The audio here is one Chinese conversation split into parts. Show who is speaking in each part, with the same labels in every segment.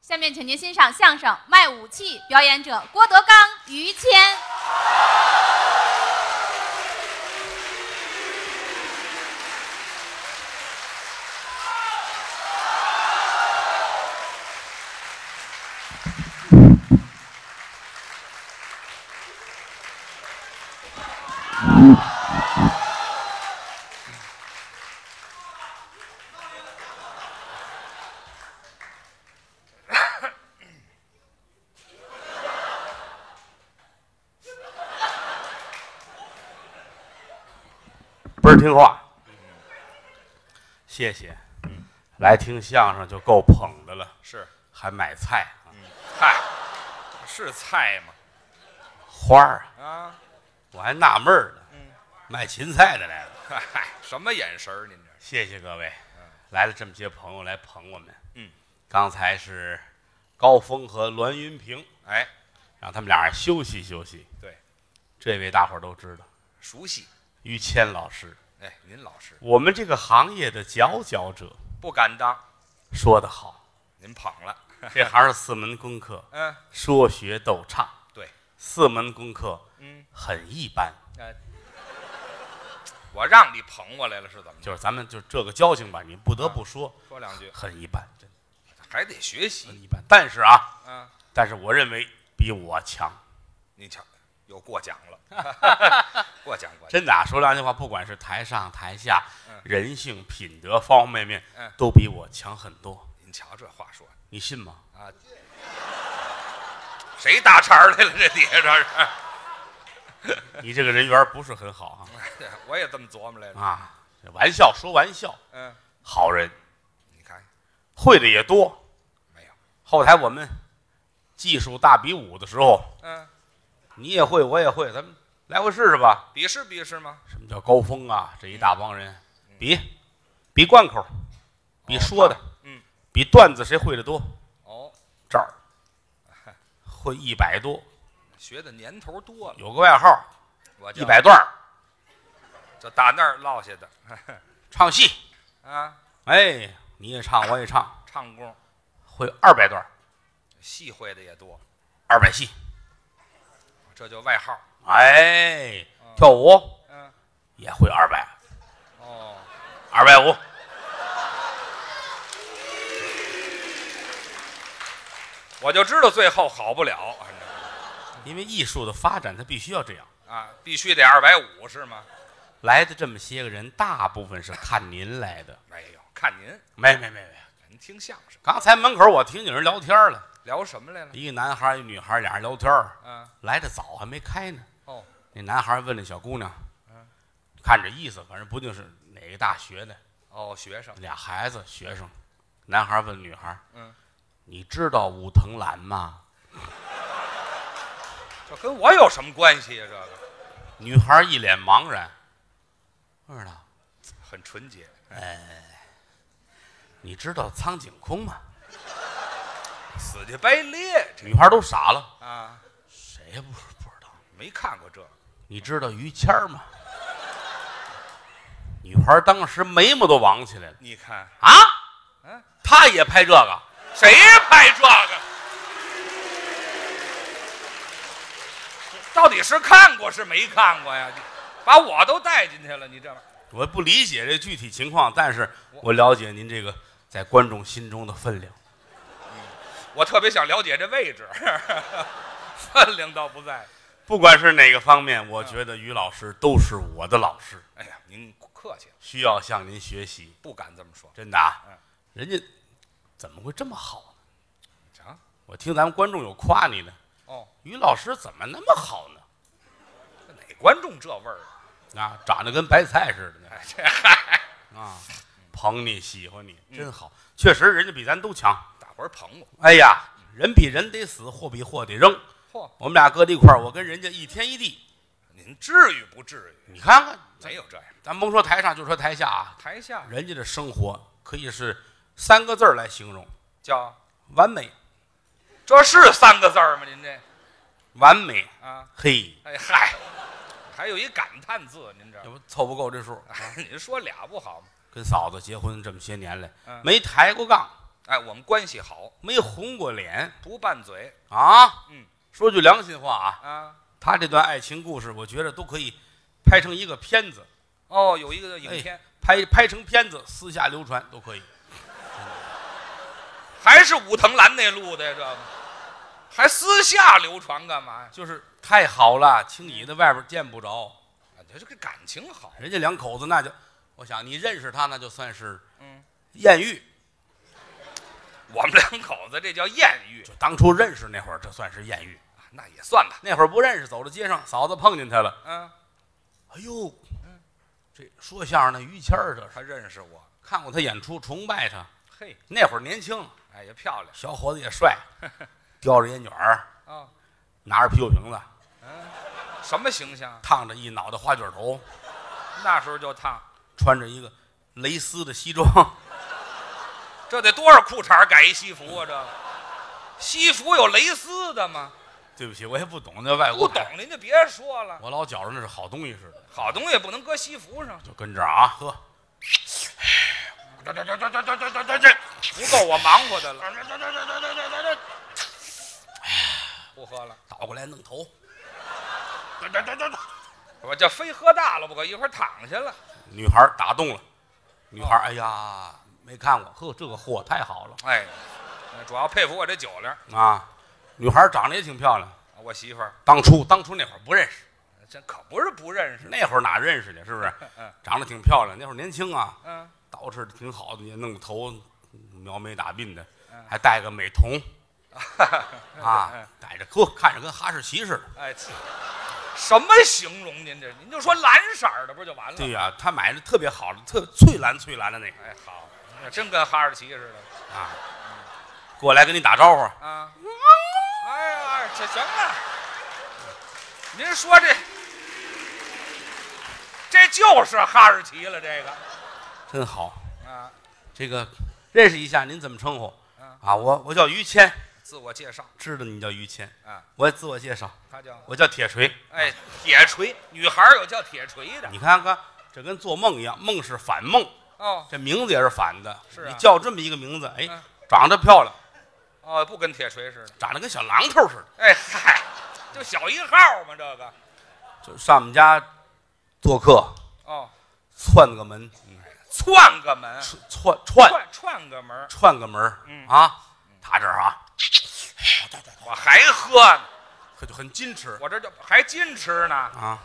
Speaker 1: 下面，请您欣赏相声《卖武器》，表演者郭德纲、于谦。
Speaker 2: 倍儿听话，嗯
Speaker 3: 谢谢，
Speaker 2: 来听相声就够捧的了，
Speaker 3: 是
Speaker 2: 还买菜、啊、
Speaker 3: 嗨，是菜吗？
Speaker 2: 花儿啊，
Speaker 3: 啊，嗯
Speaker 2: 我还纳闷儿呢，卖芹菜的来了。
Speaker 3: 嗨，什么眼神儿？您这
Speaker 2: 谢谢各位，来了这么些朋友来捧我们。
Speaker 3: 嗯，
Speaker 2: 刚才是高峰和栾云平，
Speaker 3: 哎，
Speaker 2: 让他们俩人休息休息。
Speaker 3: 对，
Speaker 2: 这位大伙儿都知道，
Speaker 3: 熟悉。
Speaker 2: 于谦老师，
Speaker 3: 哎，您老师
Speaker 2: 我们这个行业的佼佼者，
Speaker 3: 不敢当，
Speaker 2: 说得 好，
Speaker 3: 您捧了。
Speaker 2: 这行是四门功课，
Speaker 3: 嗯，
Speaker 2: 说学逗唱，
Speaker 3: 对，
Speaker 2: 四门功课
Speaker 3: 嗯，
Speaker 2: 很一般，
Speaker 3: 呃，我让你捧我来了是怎么着？
Speaker 2: 就是咱们就这个交情吧，你不得不说
Speaker 3: 说啊两句，
Speaker 2: 很一般，真的
Speaker 3: 还得学习
Speaker 2: 很一般。但是啊，
Speaker 3: 啊。
Speaker 2: 但是我认为比我强，
Speaker 3: 您瞧，又过奖了，过奖过奖。
Speaker 2: 真的啊，说良心话，不管是台上台下
Speaker 3: 嗯，
Speaker 2: 人性、品德方方面面
Speaker 3: 嗯，
Speaker 2: 都比我强很多，
Speaker 3: 您瞧这话说的
Speaker 2: 你信吗？
Speaker 3: 啊，谁搭茬儿来了？这底下这是。
Speaker 2: 你这个人缘不是很好
Speaker 3: 我也这么琢磨来
Speaker 2: 啊
Speaker 3: 着。
Speaker 2: 啊，这玩笑说玩笑，
Speaker 3: 嗯，
Speaker 2: 好人
Speaker 3: 你看
Speaker 2: 会的也多。
Speaker 3: 没有？
Speaker 2: 后台我们技术大比武的时候，
Speaker 3: 嗯，
Speaker 2: 你也会，我也会，咱们来回试试吧。
Speaker 3: 比试比试吗？
Speaker 2: 什么叫高峰啊？这一大帮人比，比贯口，比说的，
Speaker 3: 嗯，
Speaker 2: 比段子谁会的多。
Speaker 3: 哦，
Speaker 2: 这儿会一百多，
Speaker 3: 学的年头多了，
Speaker 2: 有个外号
Speaker 3: 我
Speaker 2: 一百段儿
Speaker 3: 就打那儿落下的
Speaker 2: 唱戏，
Speaker 3: 啊，
Speaker 2: 哎，你也唱，我也唱，
Speaker 3: 唱功
Speaker 2: 会二百段儿，
Speaker 3: 戏会的也多，
Speaker 2: 二百戏。
Speaker 3: 这就外号。
Speaker 2: 哎，跳舞
Speaker 3: 嗯，
Speaker 2: 也会二百，
Speaker 3: 哦，
Speaker 2: 二百五。
Speaker 3: 我就知道最后好不了，反正
Speaker 2: 因为艺术的发展，它必须要这样。
Speaker 3: 啊，必须得二百五是吗？
Speaker 2: 来的这么些个人，大部分是看您来的。
Speaker 3: 没有，看您，
Speaker 2: 没没没没，
Speaker 3: 您听相声
Speaker 2: 刚才门口我听有人聊天了，
Speaker 3: 聊什么来了？
Speaker 2: 一个男孩儿一女孩儿，俩人聊天儿
Speaker 3: 嗯，
Speaker 2: 来的早还没开呢。
Speaker 3: 哦，
Speaker 2: 那男孩儿问那小姑娘，看这意思，反正不定是哪个大学的，
Speaker 3: 哦，学生，
Speaker 2: 俩孩子学生。男孩儿问女孩儿
Speaker 3: 嗯，：“
Speaker 2: 你知道武藤兰吗
Speaker 3: 这跟我有什么关系呀、这个？”
Speaker 2: 女孩儿一脸茫然，不知道。
Speaker 3: 很纯洁，
Speaker 2: 你知道苍井空吗？
Speaker 3: 死乞白咧这
Speaker 2: 女孩儿都傻了，
Speaker 3: 啊，
Speaker 2: 谁也不不知道？
Speaker 3: 没看过这个，
Speaker 2: 你知道于谦儿吗？女孩儿当时眉毛都往起来了
Speaker 3: 你看
Speaker 2: 啊！
Speaker 3: 嗯
Speaker 2: 她也拍这个，
Speaker 3: 谁拍这个？到底是看过是没看过呀？你把我都带进去了，你这玩意儿
Speaker 2: 我不理解这具体情况，但是
Speaker 3: 我
Speaker 2: 我了解您这个在观众心中的分量。
Speaker 3: 我特别想了解这位置，分量倒不在。
Speaker 2: 不管是哪个方面，我觉得于老师都是我的老师，
Speaker 3: 哎呀，您客气了，
Speaker 2: 需要向您学习。
Speaker 3: 不敢这么说。
Speaker 2: 真的啊
Speaker 3: 嗯，
Speaker 2: 人家怎么会这么好呢？
Speaker 3: 啊，
Speaker 2: 我听咱们观众有夸你的，
Speaker 3: 哦，
Speaker 2: 于老师怎么那么好呢？
Speaker 3: 这哪观众这味儿啊？
Speaker 2: 啊，长得跟白菜似的呢。
Speaker 3: 哎，这嗨，
Speaker 2: 啊，捧你喜欢
Speaker 3: 嗯
Speaker 2: 你，真好。确实，人家比咱都强。
Speaker 3: 大伙儿捧我，
Speaker 2: 哎呀，人比人得死，货比货得扔。
Speaker 3: 嚯，
Speaker 2: 我们俩搁在一块儿，我跟人家一天一地。
Speaker 3: 您至于不至于？
Speaker 2: 你看看，
Speaker 3: 没有这样，
Speaker 2: 咱甭说台上，就说台下啊，
Speaker 3: 台下
Speaker 2: 人家的生活可以是三个字儿来形容：
Speaker 3: 叫
Speaker 2: 完美，
Speaker 3: 这是三个字儿吗？您这
Speaker 2: 完美。
Speaker 3: 啊，
Speaker 2: 嘿，
Speaker 3: 哎嗨，还有一感叹字，您这
Speaker 2: 要不凑不够这数。
Speaker 3: 您说俩不好吗？
Speaker 2: 跟嫂子结婚这么些年来
Speaker 3: 嗯，
Speaker 2: 没抬过杠，
Speaker 3: 哎，我们关系好，
Speaker 2: 没红过脸
Speaker 3: 不拌嘴
Speaker 2: 啊。
Speaker 3: 嗯，
Speaker 2: 说句良心话啊，
Speaker 3: 啊。
Speaker 2: 他这段爱情故事，我觉得都可以拍成一个片子，
Speaker 3: 哦，有一个影片，
Speaker 2: 拍拍成片子，私下流传都可以。
Speaker 3: 还是武藤兰那路的呀，这个还私下流传干嘛呀？
Speaker 2: 就是太好了，轻易的外边见不着，
Speaker 3: 啊这这感情好，
Speaker 2: 人家两口子那就，我想你认识他那就算是
Speaker 3: 嗯，
Speaker 2: 艳遇，
Speaker 3: 我们两口子这叫艳遇，
Speaker 2: 就当初认识那会儿，这算是艳遇。
Speaker 3: 啊那也算吧。
Speaker 2: 那会儿不认识，走到街上，嫂子碰见他了，
Speaker 3: 嗯，
Speaker 2: 哎呦，这说相声的于谦儿，这是
Speaker 3: 他认识我，
Speaker 2: 看过他演出，崇拜他。
Speaker 3: 嘿，
Speaker 2: 那会儿年轻，
Speaker 3: 哎，也漂亮
Speaker 2: 小伙子也 帅，叼着烟卷儿，
Speaker 3: 啊、
Speaker 2: 拿着啤酒瓶子，
Speaker 3: 什么形象？
Speaker 2: 烫着一脑袋花卷头，
Speaker 3: 那时候就烫，
Speaker 2: 穿着一个蕾丝的西装，
Speaker 3: 这得多少裤衩改一西服啊？这个西服有蕾丝的吗？
Speaker 2: 对不起，我也不懂那外
Speaker 3: 不
Speaker 2: 国
Speaker 3: 懂
Speaker 2: 牌，
Speaker 3: 您就别说了，
Speaker 2: 我老觉着那是好东西似的，
Speaker 3: 好东西不能搁西服上，
Speaker 2: 就跟这儿啊喝，
Speaker 3: 这这这这这这这这这这不够我忙活的了，哎不喝了。
Speaker 2: 倒过来弄头，
Speaker 3: 我这非喝大了不可，一会儿躺下了。
Speaker 2: 女孩儿打动了，女
Speaker 3: 哦
Speaker 2: 孩儿哎呀没看过，呵，这个货太好了
Speaker 3: 哎，呃主要佩服我这酒量，
Speaker 2: 啊，女孩儿长得也挺漂亮，
Speaker 3: 我媳妇儿
Speaker 2: 当初当初那会儿不认识，
Speaker 3: 这可不是不认识。
Speaker 2: 那会儿哪认识去，是不是
Speaker 3: 嗯？
Speaker 2: 长得挺漂亮，那会儿年轻啊，
Speaker 3: 嗯，
Speaker 2: 捯饬的挺好的，也弄个头描眉打鬓的
Speaker 3: 嗯，
Speaker 2: 还戴个美瞳
Speaker 3: 嗯
Speaker 2: 啊，戴着呵，看着跟哈士奇似的。
Speaker 3: 哎，这什么形容您这？您就说蓝色儿的不就完了？
Speaker 2: 对呀、他买的特别好的，特翠蓝翠蓝的那个
Speaker 3: 哎，好，真跟哈士奇似的
Speaker 2: 啊，
Speaker 3: 嗯
Speaker 2: 过来跟你打招呼，
Speaker 3: 啊！哎呀，这行了，您说这这就是哈士奇了，这个
Speaker 2: 真好。
Speaker 3: 啊，
Speaker 2: 这个认识一下，您怎么称呼
Speaker 3: 嗯？
Speaker 2: 啊，我我叫于谦，
Speaker 3: 自我介绍
Speaker 2: 知道你叫于谦，
Speaker 3: 啊，
Speaker 2: 我自我介绍，
Speaker 3: 他叫
Speaker 2: 我叫铁锤。
Speaker 3: 哎铁锤，女孩儿有叫铁锤的
Speaker 2: 你看看，这跟做梦一样，梦是反梦，
Speaker 3: 哦。
Speaker 2: 这名字也是反的。
Speaker 3: 是啊
Speaker 2: 你叫这么一个名字，哎
Speaker 3: 嗯，
Speaker 2: 长得漂亮，
Speaker 3: 哦，不跟铁锤似的。
Speaker 2: 长得跟小榔头似的。
Speaker 3: 哎嗨，就小一号嘛，这个。
Speaker 2: 就上我们家做客，
Speaker 3: 哦，
Speaker 2: 窜个门，
Speaker 3: 嗯窜个门，
Speaker 2: 窜窜窜
Speaker 3: 窜窜个门，
Speaker 2: 窜个门儿
Speaker 3: 嗯
Speaker 2: 啊，他这儿啊，
Speaker 3: 我还喝呢，
Speaker 2: 可就很矜持
Speaker 3: 我这就还矜持呢。
Speaker 2: 啊。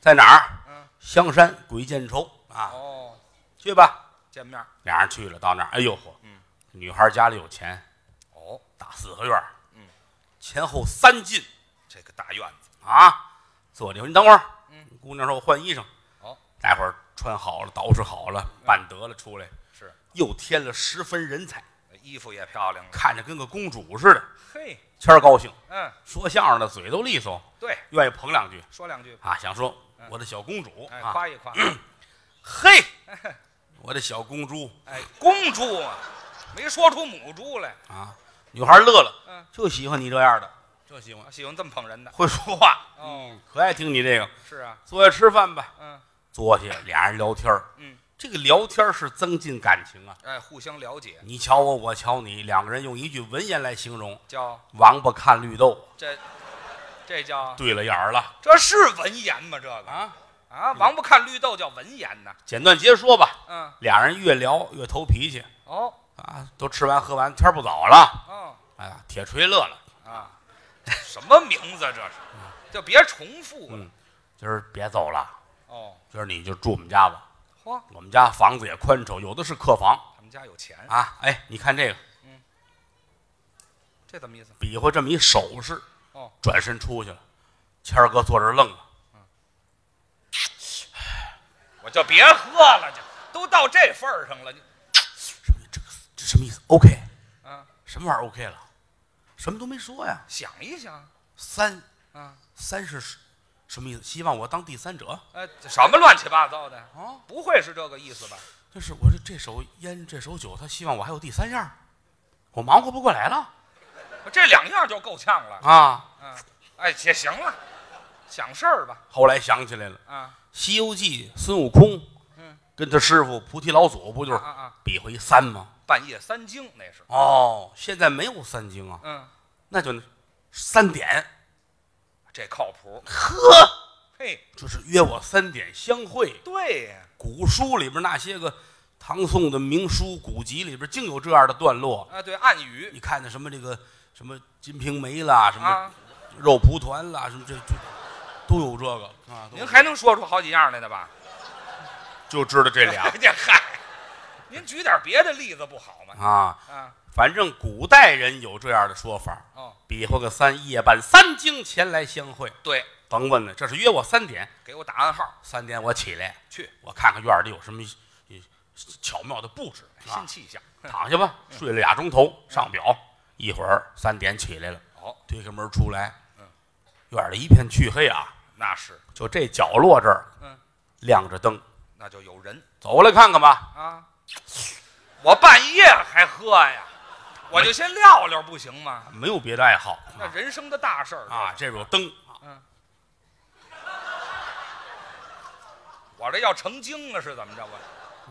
Speaker 2: 在哪儿？
Speaker 3: 嗯，
Speaker 2: 香山鬼见愁啊，
Speaker 3: 哦，
Speaker 2: 去吧。
Speaker 3: 见面。
Speaker 2: 俩人去了，到那儿，哎呦嚯
Speaker 3: 嗯，
Speaker 2: 女孩家里有钱，
Speaker 3: 哦，
Speaker 2: 大四合院儿
Speaker 3: 嗯，
Speaker 2: 前后三进
Speaker 3: 这个大院子。
Speaker 2: 啊。坐这回，你等会儿
Speaker 3: 嗯，
Speaker 2: 姑娘说我换衣裳，
Speaker 3: 哦，
Speaker 2: 待会儿穿好了，捯饬好了，办得了出来，
Speaker 3: 是，
Speaker 2: 又添了十分人才，
Speaker 3: 衣服也漂亮了。
Speaker 2: 看着跟个公主似的。
Speaker 3: 嘿，
Speaker 2: 谦儿高兴，
Speaker 3: 嗯，
Speaker 2: 说相声的嘴都利索，
Speaker 3: 对，
Speaker 2: 愿意捧两句
Speaker 3: 说两句，
Speaker 2: 啊，想说
Speaker 3: 嗯
Speaker 2: 我的小公主
Speaker 3: 哎，
Speaker 2: 啊，
Speaker 3: 夸一夸。
Speaker 2: 嘿， 我的小公猪
Speaker 3: 哎，嗯公猪啊，没说出母猪来，
Speaker 2: 啊，女孩乐了
Speaker 3: 嗯，
Speaker 2: 就喜欢你这样的，就喜欢
Speaker 3: 啊喜欢这么捧人的。
Speaker 2: 会说话，
Speaker 3: 哦，
Speaker 2: 可爱听你这个。
Speaker 3: 是啊，
Speaker 2: 坐下吃饭吧，
Speaker 3: 嗯
Speaker 2: 坐下俩人聊天儿
Speaker 3: 嗯，
Speaker 2: 这个聊天儿是增进感情啊。
Speaker 3: 哎，互相了解，
Speaker 2: 你瞧我，我瞧你，两个人用一句文言来形容：
Speaker 3: 叫
Speaker 2: 王八看绿豆，
Speaker 3: 这这叫
Speaker 2: 对了眼儿了
Speaker 3: 这是文言吗？这个
Speaker 2: 啊！
Speaker 3: 啊，王八看绿豆叫文言呐。
Speaker 2: 简短截说吧，
Speaker 3: 嗯，
Speaker 2: 俩人越聊越投脾气
Speaker 3: 哦
Speaker 2: 啊。都吃完喝完，天儿不早了，
Speaker 3: 哦
Speaker 2: 哎呀，铁锤乐了，
Speaker 3: 啊，什么名字这是？就别重复了。
Speaker 2: 嗯，今儿别走了，
Speaker 3: 哦，
Speaker 2: 今儿你就住我们家吧。
Speaker 3: 嚯，
Speaker 2: 我们家房子也宽敞，有的是客房
Speaker 3: 他们家有钱，
Speaker 2: 啊。哎，你看这个，
Speaker 3: 这怎么意思？
Speaker 2: 比划这么一手势，
Speaker 3: 哦，
Speaker 2: 转身出去了。谦儿哥坐这儿愣了，
Speaker 3: 我就别喝了，就都到这份儿上了。你
Speaker 2: 什么这个这什么意思？OK，
Speaker 3: 啊，
Speaker 2: 什么玩意儿 OK 了？什么都没说呀。
Speaker 3: 想一想
Speaker 2: 三
Speaker 3: 啊，
Speaker 2: 三是什什么意思？希望我当第三者
Speaker 3: 呃，这哦什么乱七八糟的？
Speaker 2: 啊？
Speaker 3: 不会是这个意思吧？
Speaker 2: 这是我这这手烟，这手酒，他希望我还有第三样儿，我忙活不过来了
Speaker 3: 这两样就够呛了。
Speaker 2: 啊。
Speaker 3: 嗯，哎，也行了，想事儿吧。
Speaker 2: 后来想起来了。
Speaker 3: 啊，
Speaker 2: 《西游记》孙悟空，
Speaker 3: 嗯，
Speaker 2: 跟他师傅菩提老祖不就是
Speaker 3: 啊啊啊
Speaker 2: 比划一三吗？
Speaker 3: 半夜三更那是，
Speaker 2: 哦，现在没有三更啊，
Speaker 3: 嗯，
Speaker 2: 那就三点，
Speaker 3: 这靠谱。
Speaker 2: 呵，
Speaker 3: 嘿，
Speaker 2: 就是约我三点相会。
Speaker 3: 对呀，
Speaker 2: 古书里边那些个唐宋的名书古籍里边，竟有这样的段落。
Speaker 3: 啊对，暗语
Speaker 2: 你看的什么这个什么《金瓶梅》啦，什么
Speaker 3: 啊，
Speaker 2: 肉蒲团啦，什么这这都有这个啊。都有
Speaker 3: 您还能说出好几样来的吧？
Speaker 2: 就知道这俩
Speaker 3: 这嗨，您举点别的例子不好吗？
Speaker 2: 啊，
Speaker 3: 啊，
Speaker 2: 反正古代人有这样的说法，
Speaker 3: 哦，
Speaker 2: 比划个三，夜半三更前来相会。
Speaker 3: 对，
Speaker 2: 甭问了，这是约我三点，
Speaker 3: 给我打暗号
Speaker 2: 三点我起来，
Speaker 3: 去，
Speaker 2: 我看看院里有什么呃巧妙的布置啊
Speaker 3: 新。气象。
Speaker 2: 躺下吧，
Speaker 3: 嗯
Speaker 2: 睡了俩钟头，上表，一会儿三点起来了，
Speaker 3: 哦，
Speaker 2: 推开门出来
Speaker 3: 嗯，
Speaker 2: 院里一片黢黑啊，
Speaker 3: 那是，
Speaker 2: 就这角落这儿
Speaker 3: 嗯，
Speaker 2: 亮着灯，
Speaker 3: 那就有人
Speaker 2: 走过来看看吧。
Speaker 3: 啊。我半夜还喝呀，我就先撂撂不行吗？
Speaker 2: 没有别的爱好
Speaker 3: 那人生的大事儿
Speaker 2: 啊，，这有灯啊，
Speaker 3: 我这要成精了是怎么着？我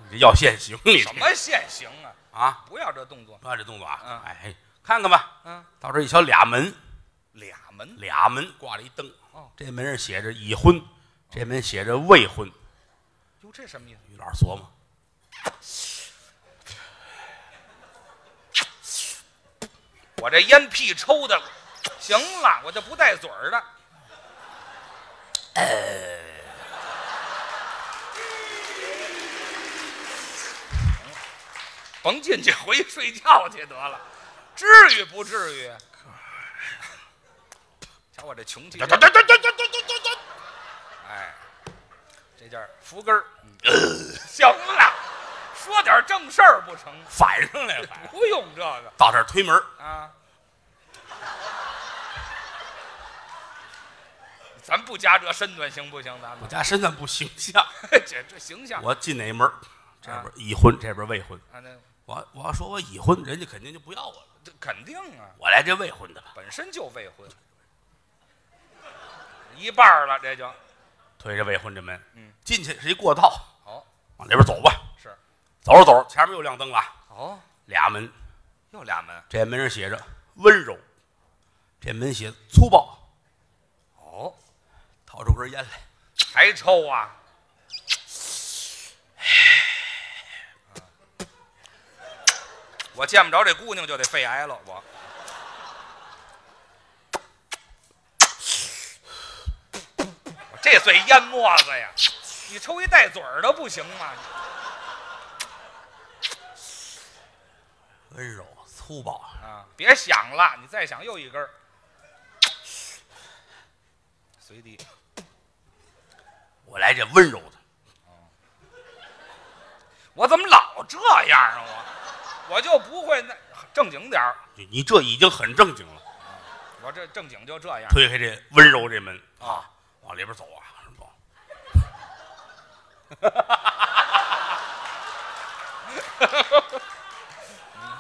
Speaker 2: 你这要现行，你这
Speaker 3: 什么现行啊？
Speaker 2: 啊？
Speaker 3: 不要这动作。
Speaker 2: 啊，这动作
Speaker 3: 嗯
Speaker 2: 啊，哎，看看吧。
Speaker 3: 嗯，
Speaker 2: 到这一瞧，俩门，
Speaker 3: 俩门
Speaker 2: 俩门挂了一灯
Speaker 3: 哦，
Speaker 2: 这门上写着已婚，这门写着未婚。
Speaker 3: 哟，这什么意思？
Speaker 2: 于老师琢磨，
Speaker 3: 我这烟屁抽的，行了，我就不带嘴儿的。呃甭进去，回去睡觉去得了，至于不至于？瞧我这穷气
Speaker 2: 哒，哒哒哒哒哒哒哒哒
Speaker 3: 哎，这叫福根儿。嗯行了，说点正事儿不成？
Speaker 2: 反上来了，反上
Speaker 3: 不用这个
Speaker 2: 到这儿推门，
Speaker 3: 啊。咱不加这身段行不行？咱
Speaker 2: 我
Speaker 3: 们
Speaker 2: 家身段不形象，嗯
Speaker 3: 这这形象，
Speaker 2: 我进哪门儿？这边已婚，这边未婚。
Speaker 3: 啊，那
Speaker 2: 我我要说我已婚，人家肯定就不要我了。
Speaker 3: 这肯定啊，
Speaker 2: 我来这未婚的吧，
Speaker 3: 本身就未婚，一半儿了，这就
Speaker 2: 推着未婚这门，
Speaker 3: 嗯，
Speaker 2: 进去是一过道，
Speaker 3: 好
Speaker 2: 往里边走吧。
Speaker 3: 是
Speaker 2: 走着走着，前面又亮灯了，
Speaker 3: 哦，
Speaker 2: 俩门，
Speaker 3: 又俩门
Speaker 2: 这门上写着温柔，这门写粗暴。
Speaker 3: 哦，
Speaker 2: 掏出根烟来，
Speaker 3: 还抽啊？我见不着这姑娘就得肺癌了，我我这嘴烟沫子呀，你抽一带嘴儿的不行吗？
Speaker 2: 温柔粗暴，
Speaker 3: 啊，别想了，你再想又一根儿，随地
Speaker 2: 我来这温柔的。
Speaker 3: 我怎么老这样啊？我我就不会那正经点儿，
Speaker 2: 你你这已经很正经了，
Speaker 3: 我这正经就这样
Speaker 2: 推开这温柔这门
Speaker 3: 啊。
Speaker 2: 往里边走啊，往里边走。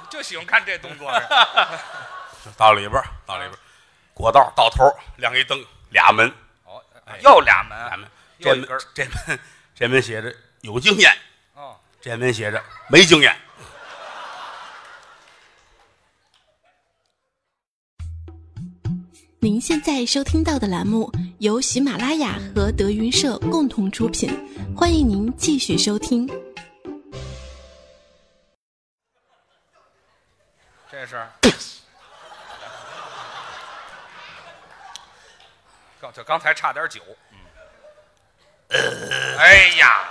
Speaker 3: 就喜欢看这动作。
Speaker 2: 就到里边儿，到里边儿，过道儿到头儿亮一灯，俩门，
Speaker 3: 哦，
Speaker 2: 哎
Speaker 3: 又俩门，
Speaker 2: 俩门，
Speaker 3: 又
Speaker 2: 这
Speaker 3: 一根
Speaker 2: 门
Speaker 3: 儿
Speaker 2: 这门这门写着有经验，
Speaker 3: 哦，
Speaker 2: 这门写着没经验。
Speaker 4: 您现在收听到的栏目由喜马拉雅和德云社共同出品，欢迎您继续收听。
Speaker 3: 这是。 刚就刚才差点酒，嗯，哎呀，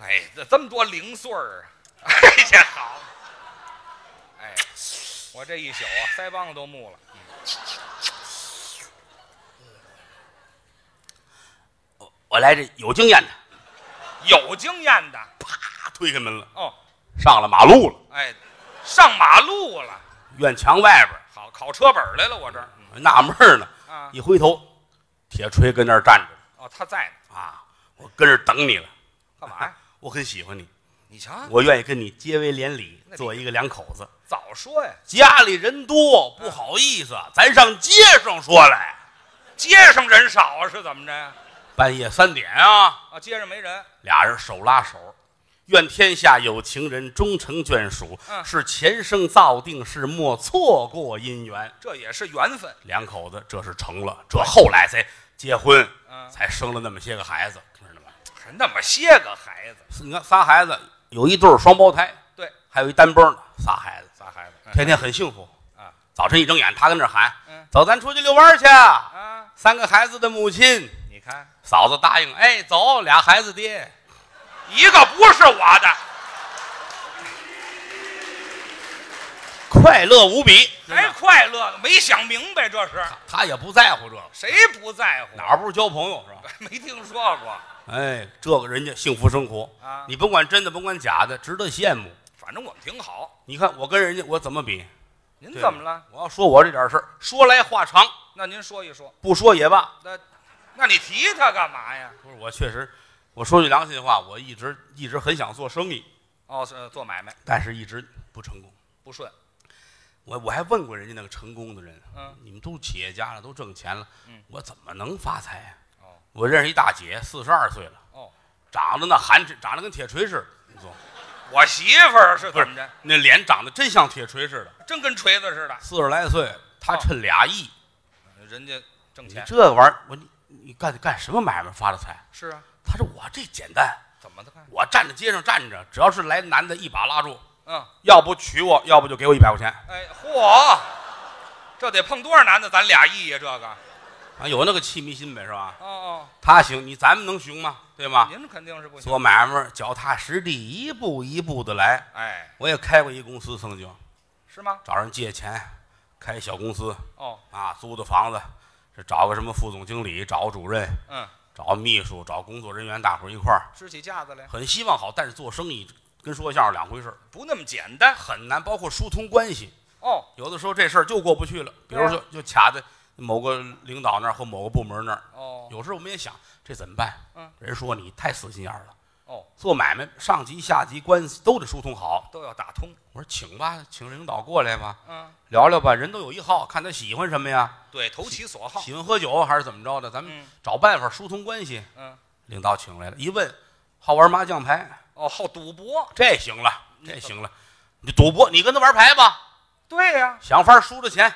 Speaker 3: 哎，这这么多零碎儿啊，哎呀好，哎，我这一宿啊，腮帮子都木了，
Speaker 2: 我来这有经验的，
Speaker 3: 有经验的
Speaker 2: 啪推开门了，
Speaker 3: 哦，
Speaker 2: 上了马路了，
Speaker 3: 哎，上马路了，
Speaker 2: 院墙外边
Speaker 3: 好，考车本儿来了，我这儿，嗯
Speaker 2: 儿纳闷儿呢，
Speaker 3: 啊
Speaker 2: 一回头，铁锤跟那儿站着
Speaker 3: 哦，他在呢，
Speaker 2: 呢啊，我跟这儿等你了，啊
Speaker 3: 干嘛呀？
Speaker 2: 我很喜欢你，
Speaker 3: 你瞧，啊
Speaker 2: 我愿意跟你结为连理
Speaker 3: 那，得
Speaker 2: 做一个两口子。
Speaker 3: 早说呀，
Speaker 2: 家里人多，不好意思，咱上街上说来。
Speaker 3: 啊街上人少是怎么着呀？
Speaker 2: 半夜三点啊，
Speaker 3: 啊，街上没人，
Speaker 2: 俩人手拉手，愿天下有情人终成眷属，
Speaker 3: 嗯
Speaker 2: 是前生造定，是莫错过姻缘。
Speaker 3: 这也是缘分。
Speaker 2: 两口子这是成了，这后来才结婚，
Speaker 3: 嗯
Speaker 2: 才生了那么些个孩子，知道吗？
Speaker 3: 还那么些个孩子，
Speaker 2: 你看仨孩子，有一对儿双胞胎，
Speaker 3: 对，
Speaker 2: 还有一单蹦的，仨孩子，
Speaker 3: 仨孩子，嗯
Speaker 2: 天天很幸福
Speaker 3: 啊。
Speaker 2: 早晨一睁眼，他跟这儿喊
Speaker 3: 嗯：“
Speaker 2: 走，咱出去遛弯儿去。”
Speaker 3: 啊，
Speaker 2: 三个孩子的母亲，
Speaker 3: 你看，
Speaker 2: 嫂子答应：“哎，走，俩孩子爹。
Speaker 3: 一个不是我的，”
Speaker 2: 快乐无比。
Speaker 3: 还快乐，没想明白这是，
Speaker 2: 他也不在乎这个，
Speaker 3: 谁不在乎？
Speaker 2: 哪儿不是交朋友是吧？
Speaker 3: 没听说过？
Speaker 2: 哎，这个人家幸福生活
Speaker 3: 啊
Speaker 2: 你甭管真的，甭管假的，值得羡慕。
Speaker 3: 反正我们挺好。
Speaker 2: 你看我跟人家我怎么比？
Speaker 3: 您
Speaker 2: 对
Speaker 3: 怎么了？
Speaker 2: 我要说我这点事儿，说来话长，
Speaker 3: 那您说一说。
Speaker 2: 不说也罢。
Speaker 3: 那，那你提他干嘛呀？
Speaker 2: 不是，我确实，我说句良心话，我一直一直很想做生意，
Speaker 3: 哦，是做买卖
Speaker 2: 但是一直不成功。
Speaker 3: 不顺。
Speaker 2: 我我还问过人家那个成功的人，
Speaker 3: 嗯，
Speaker 2: 你们都企业家了，都挣钱了，
Speaker 3: 嗯
Speaker 2: 我怎么能发财呀、
Speaker 3: 哦
Speaker 2: 我认识一大姐，四十二岁了，
Speaker 3: 哦，
Speaker 2: 长得那寒碜，长得跟铁锤似的，你说
Speaker 3: 我媳妇儿是怎么着？
Speaker 2: 那脸长得真像铁锤似的。
Speaker 3: 真跟锤子似的。
Speaker 2: 四十来岁，她
Speaker 3: 哦
Speaker 2: 趁俩亿，
Speaker 3: 人家挣
Speaker 2: 你
Speaker 3: 钱
Speaker 2: 这个玩意儿，我你你干干什么买卖发的财？
Speaker 3: 是啊，
Speaker 2: 他说我这简单，
Speaker 3: 怎么的看？
Speaker 2: 我站在街上站着，只要是来男的，一把拉住，
Speaker 3: 嗯，
Speaker 2: 要不娶我，要不就给我一百块钱。
Speaker 3: 哎，嚯，这得碰多少男的，咱俩亿呀、这个。
Speaker 2: 啊，有那个气迷心呗，是吧？
Speaker 3: 哦
Speaker 2: 他行，你咱们能行吗？对
Speaker 3: 哦，
Speaker 2: 吗？
Speaker 3: 您肯定是不行。
Speaker 2: 做买卖脚踏实地，一步一步的来。
Speaker 3: 哎，
Speaker 2: 我也开过一公司，曾经
Speaker 3: 是吗？
Speaker 2: 找人借钱，开小公司
Speaker 3: 哦，
Speaker 2: 啊，租的房子，是找个什么副总经理，找个主任，
Speaker 3: 嗯，
Speaker 2: 找秘书，找工作人员，大伙儿一块儿，
Speaker 3: 支起架子来，
Speaker 2: 很希望好，但是做生意跟说相声两回事儿，
Speaker 3: 不那么简单。
Speaker 2: 很难，包括疏通关系。
Speaker 3: 哦
Speaker 2: 有的时候这事儿就过不去了，比如
Speaker 3: 对啊
Speaker 2: 说就卡在某个领导那儿或某个部门那儿。
Speaker 3: 哦
Speaker 2: 有时候我们也想，这怎么办？
Speaker 3: 嗯，
Speaker 2: 人说你太死心眼儿了，
Speaker 3: 哦，
Speaker 2: 做买卖上级下级关系都得疏通好。
Speaker 3: 都要打通。
Speaker 2: 我说请吧，请领导过来吧，
Speaker 3: 嗯，
Speaker 2: 聊聊吧，人都有一号，看他喜欢什么呀，
Speaker 3: 对，投其所好。
Speaker 2: 喜欢喝酒还是怎么着的，咱们
Speaker 3: 嗯
Speaker 2: 找办法疏通关系。
Speaker 3: 嗯，
Speaker 2: 领导请来了，一问，好玩麻将牌，
Speaker 3: 哦，好赌博。
Speaker 2: 这行了，这行了，你赌博，你跟他玩牌吧，
Speaker 3: 对呀、
Speaker 2: 想法输的钱，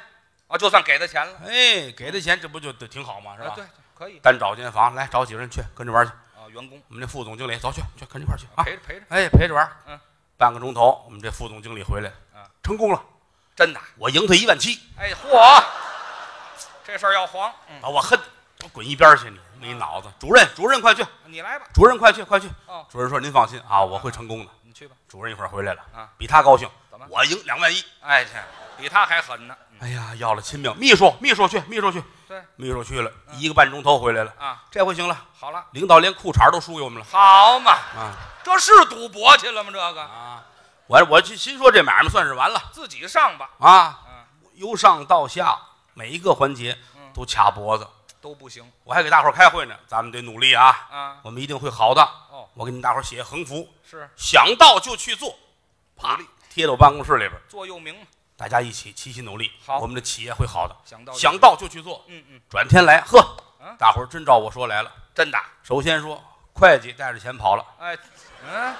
Speaker 3: 啊，就算给他钱了，
Speaker 2: 哎，给他钱，这不就得挺好吗？是
Speaker 3: 嗯
Speaker 2: 吧？
Speaker 3: 啊，对，可以。
Speaker 2: 单找间房，来找几个人去跟着玩去。
Speaker 3: 啊，员工
Speaker 2: 我们这副总经理，走去去跟着一块儿去啊！
Speaker 3: 陪着陪着，
Speaker 2: 哎，陪着玩。
Speaker 3: 嗯，
Speaker 2: 半个钟头，我们这副总经理回来了，
Speaker 3: 啊
Speaker 2: 成功了，
Speaker 3: 真的。
Speaker 2: 我赢他一万七
Speaker 3: 哎，嚯，这事儿要黄。嗯，
Speaker 2: 啊！我恨，我滚一边儿去你！没脑子，主任，主任快去，
Speaker 3: 你来吧。
Speaker 2: 主任快去，快去！
Speaker 3: 哦，
Speaker 2: 主任说：“您放心啊，我会成功的。
Speaker 3: 你去吧。”
Speaker 2: 主任一会儿回来了，
Speaker 3: 啊，
Speaker 2: 比他高兴
Speaker 3: 怎么，
Speaker 2: 我赢两万一。
Speaker 3: 哎，这比他还狠呢。嗯
Speaker 2: 哎呀，要了亲命！秘书，秘书去，秘书去，
Speaker 3: 对
Speaker 2: 秘书去了，一个半钟头回来了，
Speaker 3: 嗯啊，
Speaker 2: 这回行了，
Speaker 3: 好了，
Speaker 2: 领导连裤衩都输给我们了
Speaker 3: 好嘛，
Speaker 2: 啊
Speaker 3: 这是赌博去了吗？这个
Speaker 2: 啊！我我就心说这买卖算是完了。
Speaker 3: 自己上吧。
Speaker 2: 啊，
Speaker 3: 嗯，
Speaker 2: 由上到下每一个环节
Speaker 3: 嗯
Speaker 2: 都卡脖子。
Speaker 3: 都不行
Speaker 2: 我还给大伙儿开会呢，咱们得努力啊，
Speaker 3: 啊。
Speaker 2: 我们一定会好的。
Speaker 3: 哦，
Speaker 2: 我给你们大伙儿写横幅，
Speaker 3: 是
Speaker 2: 想到就去做，啪贴到我办公室里边儿，
Speaker 3: 座右铭，
Speaker 2: 大家一起齐心努力，
Speaker 3: 好
Speaker 2: 我们的企业会好的。
Speaker 3: 想到就
Speaker 2: 想到就去嗯做，
Speaker 3: 嗯嗯，
Speaker 2: 转天来，呵
Speaker 3: 啊，
Speaker 2: 大伙儿真照我说来了。
Speaker 3: 真的。啊
Speaker 2: 首先说，会计带着钱跑了，
Speaker 3: 哎，嗯，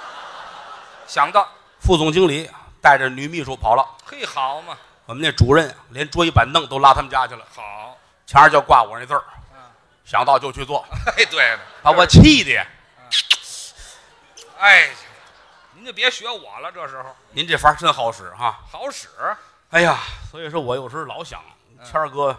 Speaker 3: 想到，
Speaker 2: 副总经理带着女秘书跑了，
Speaker 3: 嘿，好嘛，
Speaker 2: 我们那主任连桌椅板凳都拉他们家去了，
Speaker 3: 好，
Speaker 2: 墙上就挂我那字儿
Speaker 3: 嗯，
Speaker 2: 想到就去做，
Speaker 3: 哎，对了，
Speaker 2: 把我气的呀。
Speaker 3: 哎，您就别学我了，这时候
Speaker 2: 您这法儿真好使哈！
Speaker 3: 好使，
Speaker 2: 哎呀，所以说我有时候老想，谦儿哥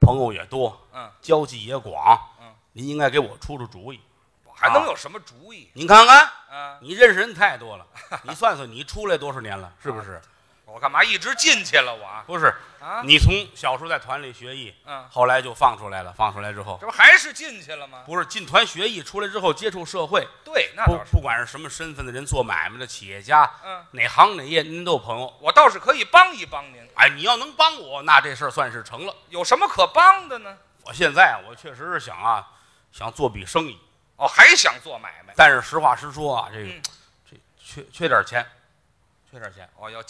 Speaker 2: 朋友也多，
Speaker 3: 嗯，
Speaker 2: 交际也广，
Speaker 3: 嗯，
Speaker 2: 您应该给我出出主意。
Speaker 3: 我还能有什么主意？
Speaker 2: 您看看，
Speaker 3: 啊，
Speaker 2: 你认识人太 多了，你算算你出来多少年了，是不是？
Speaker 3: 我干嘛一直进去了我啊？
Speaker 2: 不是，
Speaker 3: 啊，
Speaker 2: 你从小时候在团里学艺，
Speaker 3: 嗯，
Speaker 2: 后来就放出来了，放出来之后，
Speaker 3: 这不还是进去了吗？
Speaker 2: 不是进团学艺，出来之后接触社会，
Speaker 3: 对，那
Speaker 2: 不
Speaker 3: 倒是，
Speaker 2: 不管是什么身份的人，做买卖的、企业家，
Speaker 3: 嗯，
Speaker 2: 哪行哪业您都有朋友。
Speaker 3: 我倒是可以帮一帮您，
Speaker 2: 哎，你要能帮我，那这事儿算是成了。
Speaker 3: 有什么可帮的呢？
Speaker 2: 我现在啊我确实是想啊，想做笔生意，
Speaker 3: 哦，还想做买卖？
Speaker 2: 但是实话实说啊，这个、
Speaker 3: 嗯
Speaker 2: 这缺缺点钱，缺
Speaker 3: 哦
Speaker 2: 哎点
Speaker 3: 我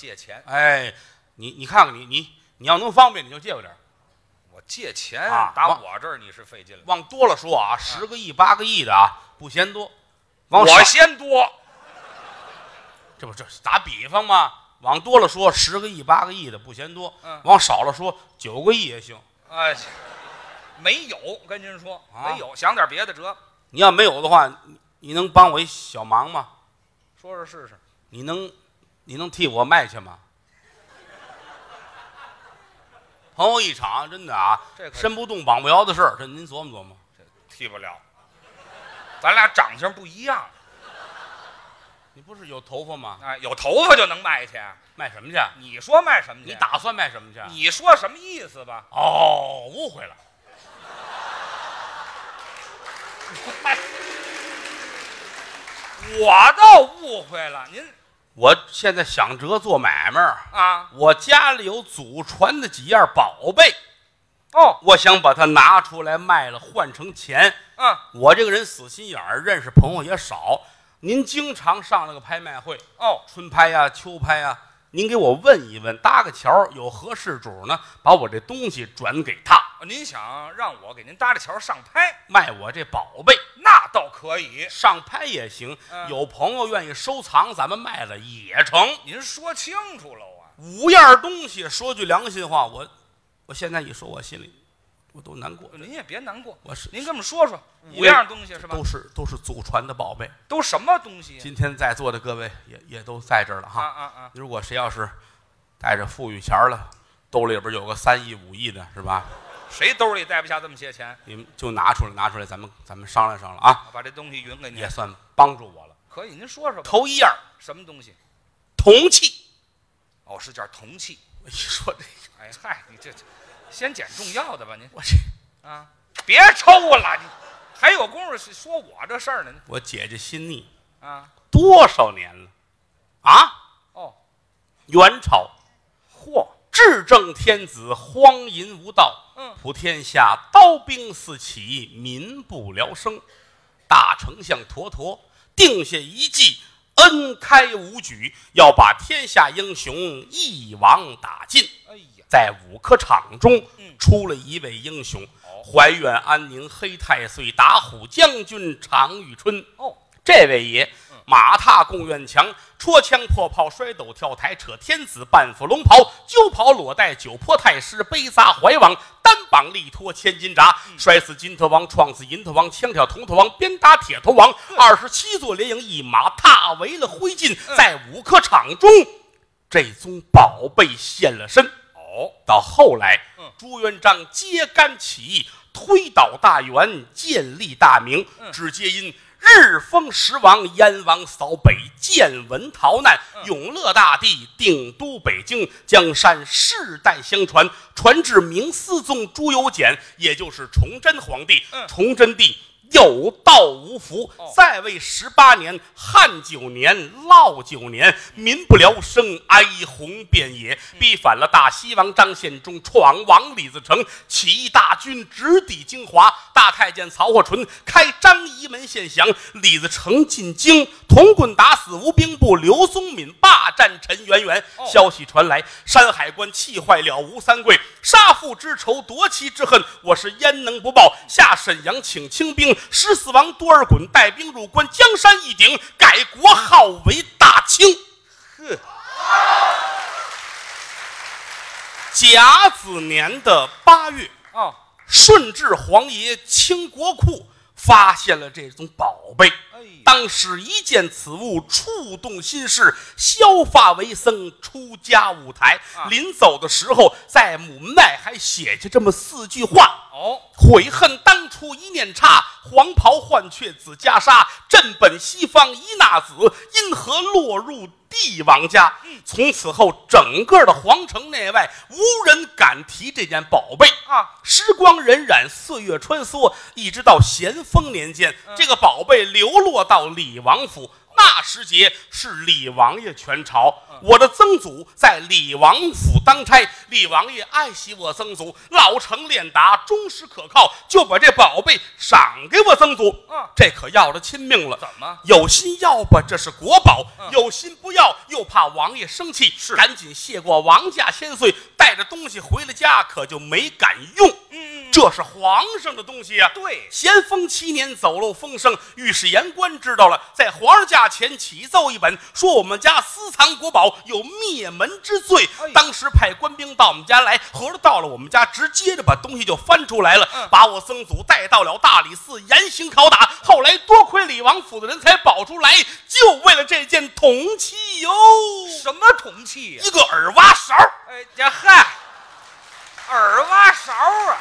Speaker 3: 借钱
Speaker 2: 啊
Speaker 3: 打
Speaker 2: 往
Speaker 3: 我这儿你是费劲了，
Speaker 2: 往多了说啊，十个亿、八个亿的啊，不嫌多。往
Speaker 3: 我
Speaker 2: 少
Speaker 3: 先多，
Speaker 2: 这不这是打比方嘛？往多了说，十个亿、八个亿的不嫌多；
Speaker 3: 嗯
Speaker 2: 往少了说，九个亿也行。
Speaker 3: 哎，没有，跟您说
Speaker 2: 啊
Speaker 3: 没有，想点别的辙，
Speaker 2: 你要没有的话，你你能帮我一小忙吗？
Speaker 3: 说说试试，
Speaker 2: 你能，你能替我卖去吗？朋友一场，真的啊，
Speaker 3: 这可是
Speaker 2: 身不动膀不摇的事儿，这您琢磨琢磨。
Speaker 3: 这替不了，咱俩长相不一样，
Speaker 2: 你不是有头发吗？
Speaker 3: 哎，有头发就能卖去，啊
Speaker 2: 卖什么去？
Speaker 3: 你说卖什么去？啊
Speaker 2: 你打算卖什么去？
Speaker 3: 你说什么意思吧？
Speaker 2: 哦，误会了。
Speaker 3: 我倒误会了，您
Speaker 2: 我现在想着做买卖儿，
Speaker 3: 啊，
Speaker 2: 我家里有祖传的几样宝贝，
Speaker 3: 哦，
Speaker 2: 我想把它拿出来卖了，换成钱。
Speaker 3: 嗯，
Speaker 2: 我这个人死心眼儿，认识朋友也少。您经常上那个拍卖会，
Speaker 3: 哦，
Speaker 2: 春拍呀、秋拍呀、您给我问一问，搭个桥儿，有合适主呢，把我这东西转给他，
Speaker 3: 您想让我给您搭着桥上拍，
Speaker 2: 卖我这宝贝，
Speaker 3: 那倒可以，
Speaker 2: 上拍也行。
Speaker 3: 嗯
Speaker 2: 有朋友愿意收藏，咱们卖了也成。
Speaker 3: 您说清楚喽啊，
Speaker 2: 五样东西，说句良心话，我我现在一说，我心里我都难过。
Speaker 3: 您也别难过，
Speaker 2: 我是
Speaker 3: 您跟我们说说
Speaker 2: 因
Speaker 3: 五
Speaker 2: 为
Speaker 3: 样东西是吧？
Speaker 2: 嗯都是都是祖传的宝贝。
Speaker 3: 都什么东西呀？
Speaker 2: 今天在座的各位也也都在这儿了
Speaker 3: 啊
Speaker 2: 哈。
Speaker 3: 啊啊！
Speaker 2: 如果谁要是带着富裕钱儿了，兜里边有个三亿五亿的，是吧？
Speaker 3: 谁兜里带不下这么些钱？
Speaker 2: 你们就拿出来，拿出来，咱们咱们商量商量啊，
Speaker 3: 我把这东西匀给您
Speaker 2: 也，算帮助我了。
Speaker 3: 可以。您说说吧，
Speaker 2: 头一样，
Speaker 3: 什么东西？
Speaker 2: 铜器。
Speaker 3: 哦，是件铜器。
Speaker 2: 我一说这，
Speaker 3: 哎嗨，你这这先捡重要的吧，您
Speaker 2: 我这
Speaker 3: 啊，别抽了，你还有功夫说我这事儿呢？
Speaker 2: 我姐姐心腻
Speaker 3: 啊，
Speaker 2: 多少年了啊？
Speaker 3: 哦，
Speaker 2: 元朝，
Speaker 3: 嚯，
Speaker 2: 至正天子荒淫无道，
Speaker 3: 嗯
Speaker 2: 普天下刀兵四起，民不聊生。大丞相陀陀定下一计，恩开武举，要把天下英雄一网打尽。
Speaker 3: 哎呀，
Speaker 2: 在五科场中
Speaker 3: 嗯
Speaker 2: 出了一位英雄，
Speaker 3: 哦
Speaker 2: 怀远安宁黑太岁打虎将军常遇春。
Speaker 3: 哦，
Speaker 2: 这位爷
Speaker 3: 嗯
Speaker 2: 马踏贡院墙，戳枪破炮，摔斗跳台，扯天子半副龙袍，揪袍裸带，九坡太师，背撒怀王，单膀力托千斤闸，
Speaker 3: 嗯
Speaker 2: 摔死金头王，撞死银头王，枪挑铜头王，鞭打铁头王，
Speaker 3: 嗯
Speaker 2: 二十七座连营一马踏为了灰烬，在五科场中，这宗宝贝现了身。
Speaker 3: 哦，
Speaker 2: 到后来
Speaker 3: 嗯，
Speaker 2: 朱元璋揭竿起义，推倒大元，建立大明，
Speaker 3: 嗯
Speaker 2: 只皆因日封十王，燕王扫北，建文逃难，
Speaker 3: 嗯
Speaker 2: 永乐大帝定都北京，江山世代相传，传至明思宗朱由检，也就是崇祯皇帝。
Speaker 3: 嗯
Speaker 2: 崇祯帝有道无福，
Speaker 3: 哦
Speaker 2: 在位十八年，汉九年，涝九年，民不聊生，哀鸿遍野，
Speaker 3: 嗯
Speaker 2: 逼反了大西王张献忠，闯王李自成，起义大军直抵京华，大太监曹货淳开张仪门献降，李自成进京，铜棍打死吴兵部刘宗敏，霸占陈圆圆。
Speaker 3: 哦
Speaker 2: 消息传来，山海关气坏了吴三桂，杀父之仇，夺妻之恨，我是焉能不报？下沈阳请清兵，十四王多尔衮带兵入关，江山一顶，改国号为大清。
Speaker 3: 呵，
Speaker 2: 甲子年的八月，
Speaker 3: 哦，
Speaker 2: 顺治皇爷清国库发现了这宗宝贝。
Speaker 3: 哎呀
Speaker 2: 当时一见此物，触动心事，削发为僧，出家舞台。
Speaker 3: 啊
Speaker 2: 临走的时候，在门外还写下这么四句话：
Speaker 3: 哦，
Speaker 2: 悔恨当初一念差，黄袍换却紫袈裟。朕本西方一纳子，因何落入帝王家？从此后，整个的皇城内外，无人敢提这件宝贝。
Speaker 3: 啊，
Speaker 2: 时光荏苒，岁月穿梭，一直到咸丰年间，
Speaker 3: 嗯
Speaker 2: 这个宝贝流落到李王府。那时节是李王爷全朝，
Speaker 3: 嗯
Speaker 2: 我的曾祖在李王府当差，李王爷爱惜我曾祖，老成练达，忠实可靠，就把这宝贝赏给我曾祖。
Speaker 3: 嗯
Speaker 2: 这可要了亲命了。
Speaker 3: 怎么？
Speaker 2: 有心要吧，这是国宝；
Speaker 3: 嗯
Speaker 2: 有心不要，又怕王爷生气，
Speaker 3: 是
Speaker 2: 赶紧谢过王家千岁，带着东西回了家，可就没敢用。这是皇上的东西呀、
Speaker 3: 嗯对，
Speaker 2: 咸丰七年走漏风声，御史言官知道了，在皇上驾前启奏一本，说我们家私藏国宝，有灭门之罪。
Speaker 3: 哎呦
Speaker 2: 当时派官兵到我们家来，合着到了我们家，直接着把东西就翻出来了，
Speaker 3: 嗯
Speaker 2: 把我曾祖带到了大理寺严刑拷打。后来多亏李王府的人才保出来，就为了这件铜器哟，
Speaker 3: 什么铜器呀、
Speaker 2: 一个耳挖勺。
Speaker 3: 哎呀嗨，耳挖勺啊！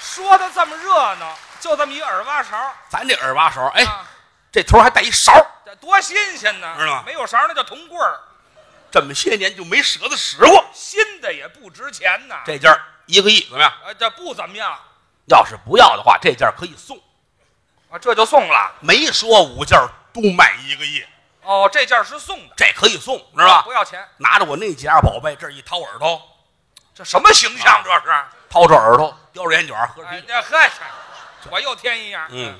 Speaker 3: 说的这么热闹，就这么一耳挖勺，
Speaker 2: 咱这耳挖勺，哎，
Speaker 3: 啊
Speaker 2: 这头还带一勺，
Speaker 3: 这多新鲜呢！
Speaker 2: 知道吗
Speaker 3: 没有勺那叫铜棍儿，
Speaker 2: 这么些年就没舍得使过。
Speaker 3: 新的也不值钱呐。
Speaker 2: 这件儿一个亿怎么样？
Speaker 3: 呃这不怎么样
Speaker 2: 要是不要的话，这件儿可以送。
Speaker 3: 啊，这就送了。
Speaker 2: 没说五件儿都卖一个亿，
Speaker 3: 哦，这件是送的，啊
Speaker 2: 这可以送，知道吧
Speaker 3: 不？要钱，
Speaker 2: 拿着我那几样宝贝，这儿一掏耳朵，
Speaker 3: 这什么形象
Speaker 2: 啊
Speaker 3: 这是？
Speaker 2: 掏着耳朵，叼着烟卷儿，喝着啤
Speaker 3: 哎
Speaker 2: 酒，
Speaker 3: 呀嗨，我又添一样。
Speaker 2: 嗯，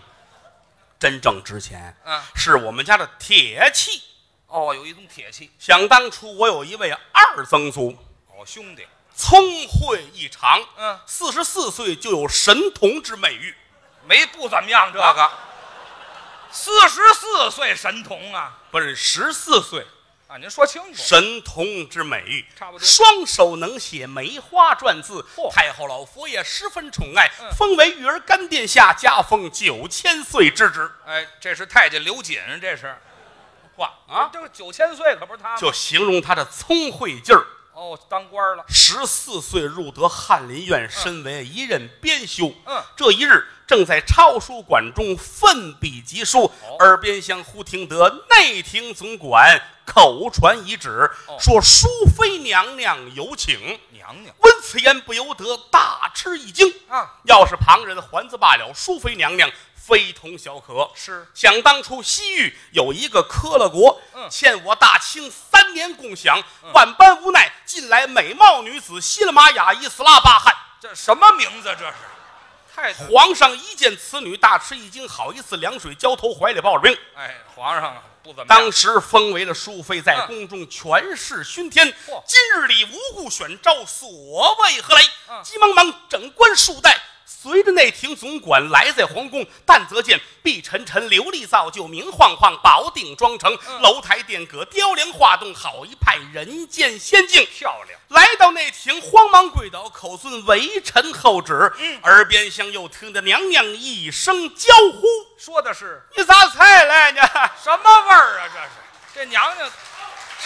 Speaker 2: 真正值钱，
Speaker 3: 嗯，
Speaker 2: 是我们家的铁器。
Speaker 3: 哦，有一种铁器，
Speaker 2: 想当初，我有一位二曾祖，
Speaker 3: 哦，兄弟，
Speaker 2: 聪慧异常，
Speaker 3: 嗯
Speaker 2: 四十四岁就有神童之美誉。
Speaker 3: 没不怎么样这个。四十四岁神童啊
Speaker 2: 不是十四岁，
Speaker 3: 啊！您说清楚，
Speaker 2: 神童之美誉，
Speaker 3: 差不多
Speaker 2: 双手能写梅花篆字，
Speaker 3: 嚯
Speaker 2: 太后老佛爷十分宠爱，
Speaker 3: 嗯
Speaker 2: 封为育儿干殿下，加封九千岁之职。
Speaker 3: 哎，这是太监刘瑾，这是
Speaker 2: 哇啊！
Speaker 3: 这个九千岁可不是他吗
Speaker 2: 就形容他的聪慧劲儿。
Speaker 3: 哦，当官了，
Speaker 2: 十四岁入得翰林院，身为一任编修。
Speaker 3: 嗯
Speaker 2: 这一日正在抄书馆中奋笔疾书，
Speaker 3: 哦
Speaker 2: 耳边相忽听得内廷总管口传遗旨，
Speaker 3: 哦
Speaker 2: 说淑妃娘娘有请。
Speaker 3: 娘娘
Speaker 2: 闻此言，不由得大吃一惊。
Speaker 3: 啊，
Speaker 2: 要是旁人还则罢了，淑妃娘娘非同小可。
Speaker 3: 是
Speaker 2: 想当初，西域有一个科勒国，
Speaker 3: 嗯
Speaker 2: 欠我大清三年共饷，万般无奈，近来美貌女子西勒玛雅伊斯拉巴汗。
Speaker 3: 这什么名字这是？太
Speaker 2: 皇上一见此女，大吃一惊，好一次凉水浇头，怀里抱着冰。
Speaker 3: 哎，皇上啊不怎么样
Speaker 2: 当时封为了淑妃，在
Speaker 3: 嗯
Speaker 2: 宫中权势熏天。
Speaker 3: 嚯
Speaker 2: 今日里无故选召，所谓何来？
Speaker 3: 嗯
Speaker 2: 急忙忙整官束带。随着内廷总管来在皇宫，但则见碧沉沉，琉璃造就，明晃晃，宝顶妆成，
Speaker 3: 嗯
Speaker 2: 楼台殿阁，雕梁画栋，好一派人间仙境。
Speaker 3: 漂亮，
Speaker 2: 来到内廷，慌忙跪倒，口尊微臣后旨。
Speaker 3: 嗯
Speaker 2: 耳边向右听得娘娘一声娇呼
Speaker 3: 说的是：“
Speaker 2: 你咋才来呢？
Speaker 3: 什么味儿啊？这是这娘娘，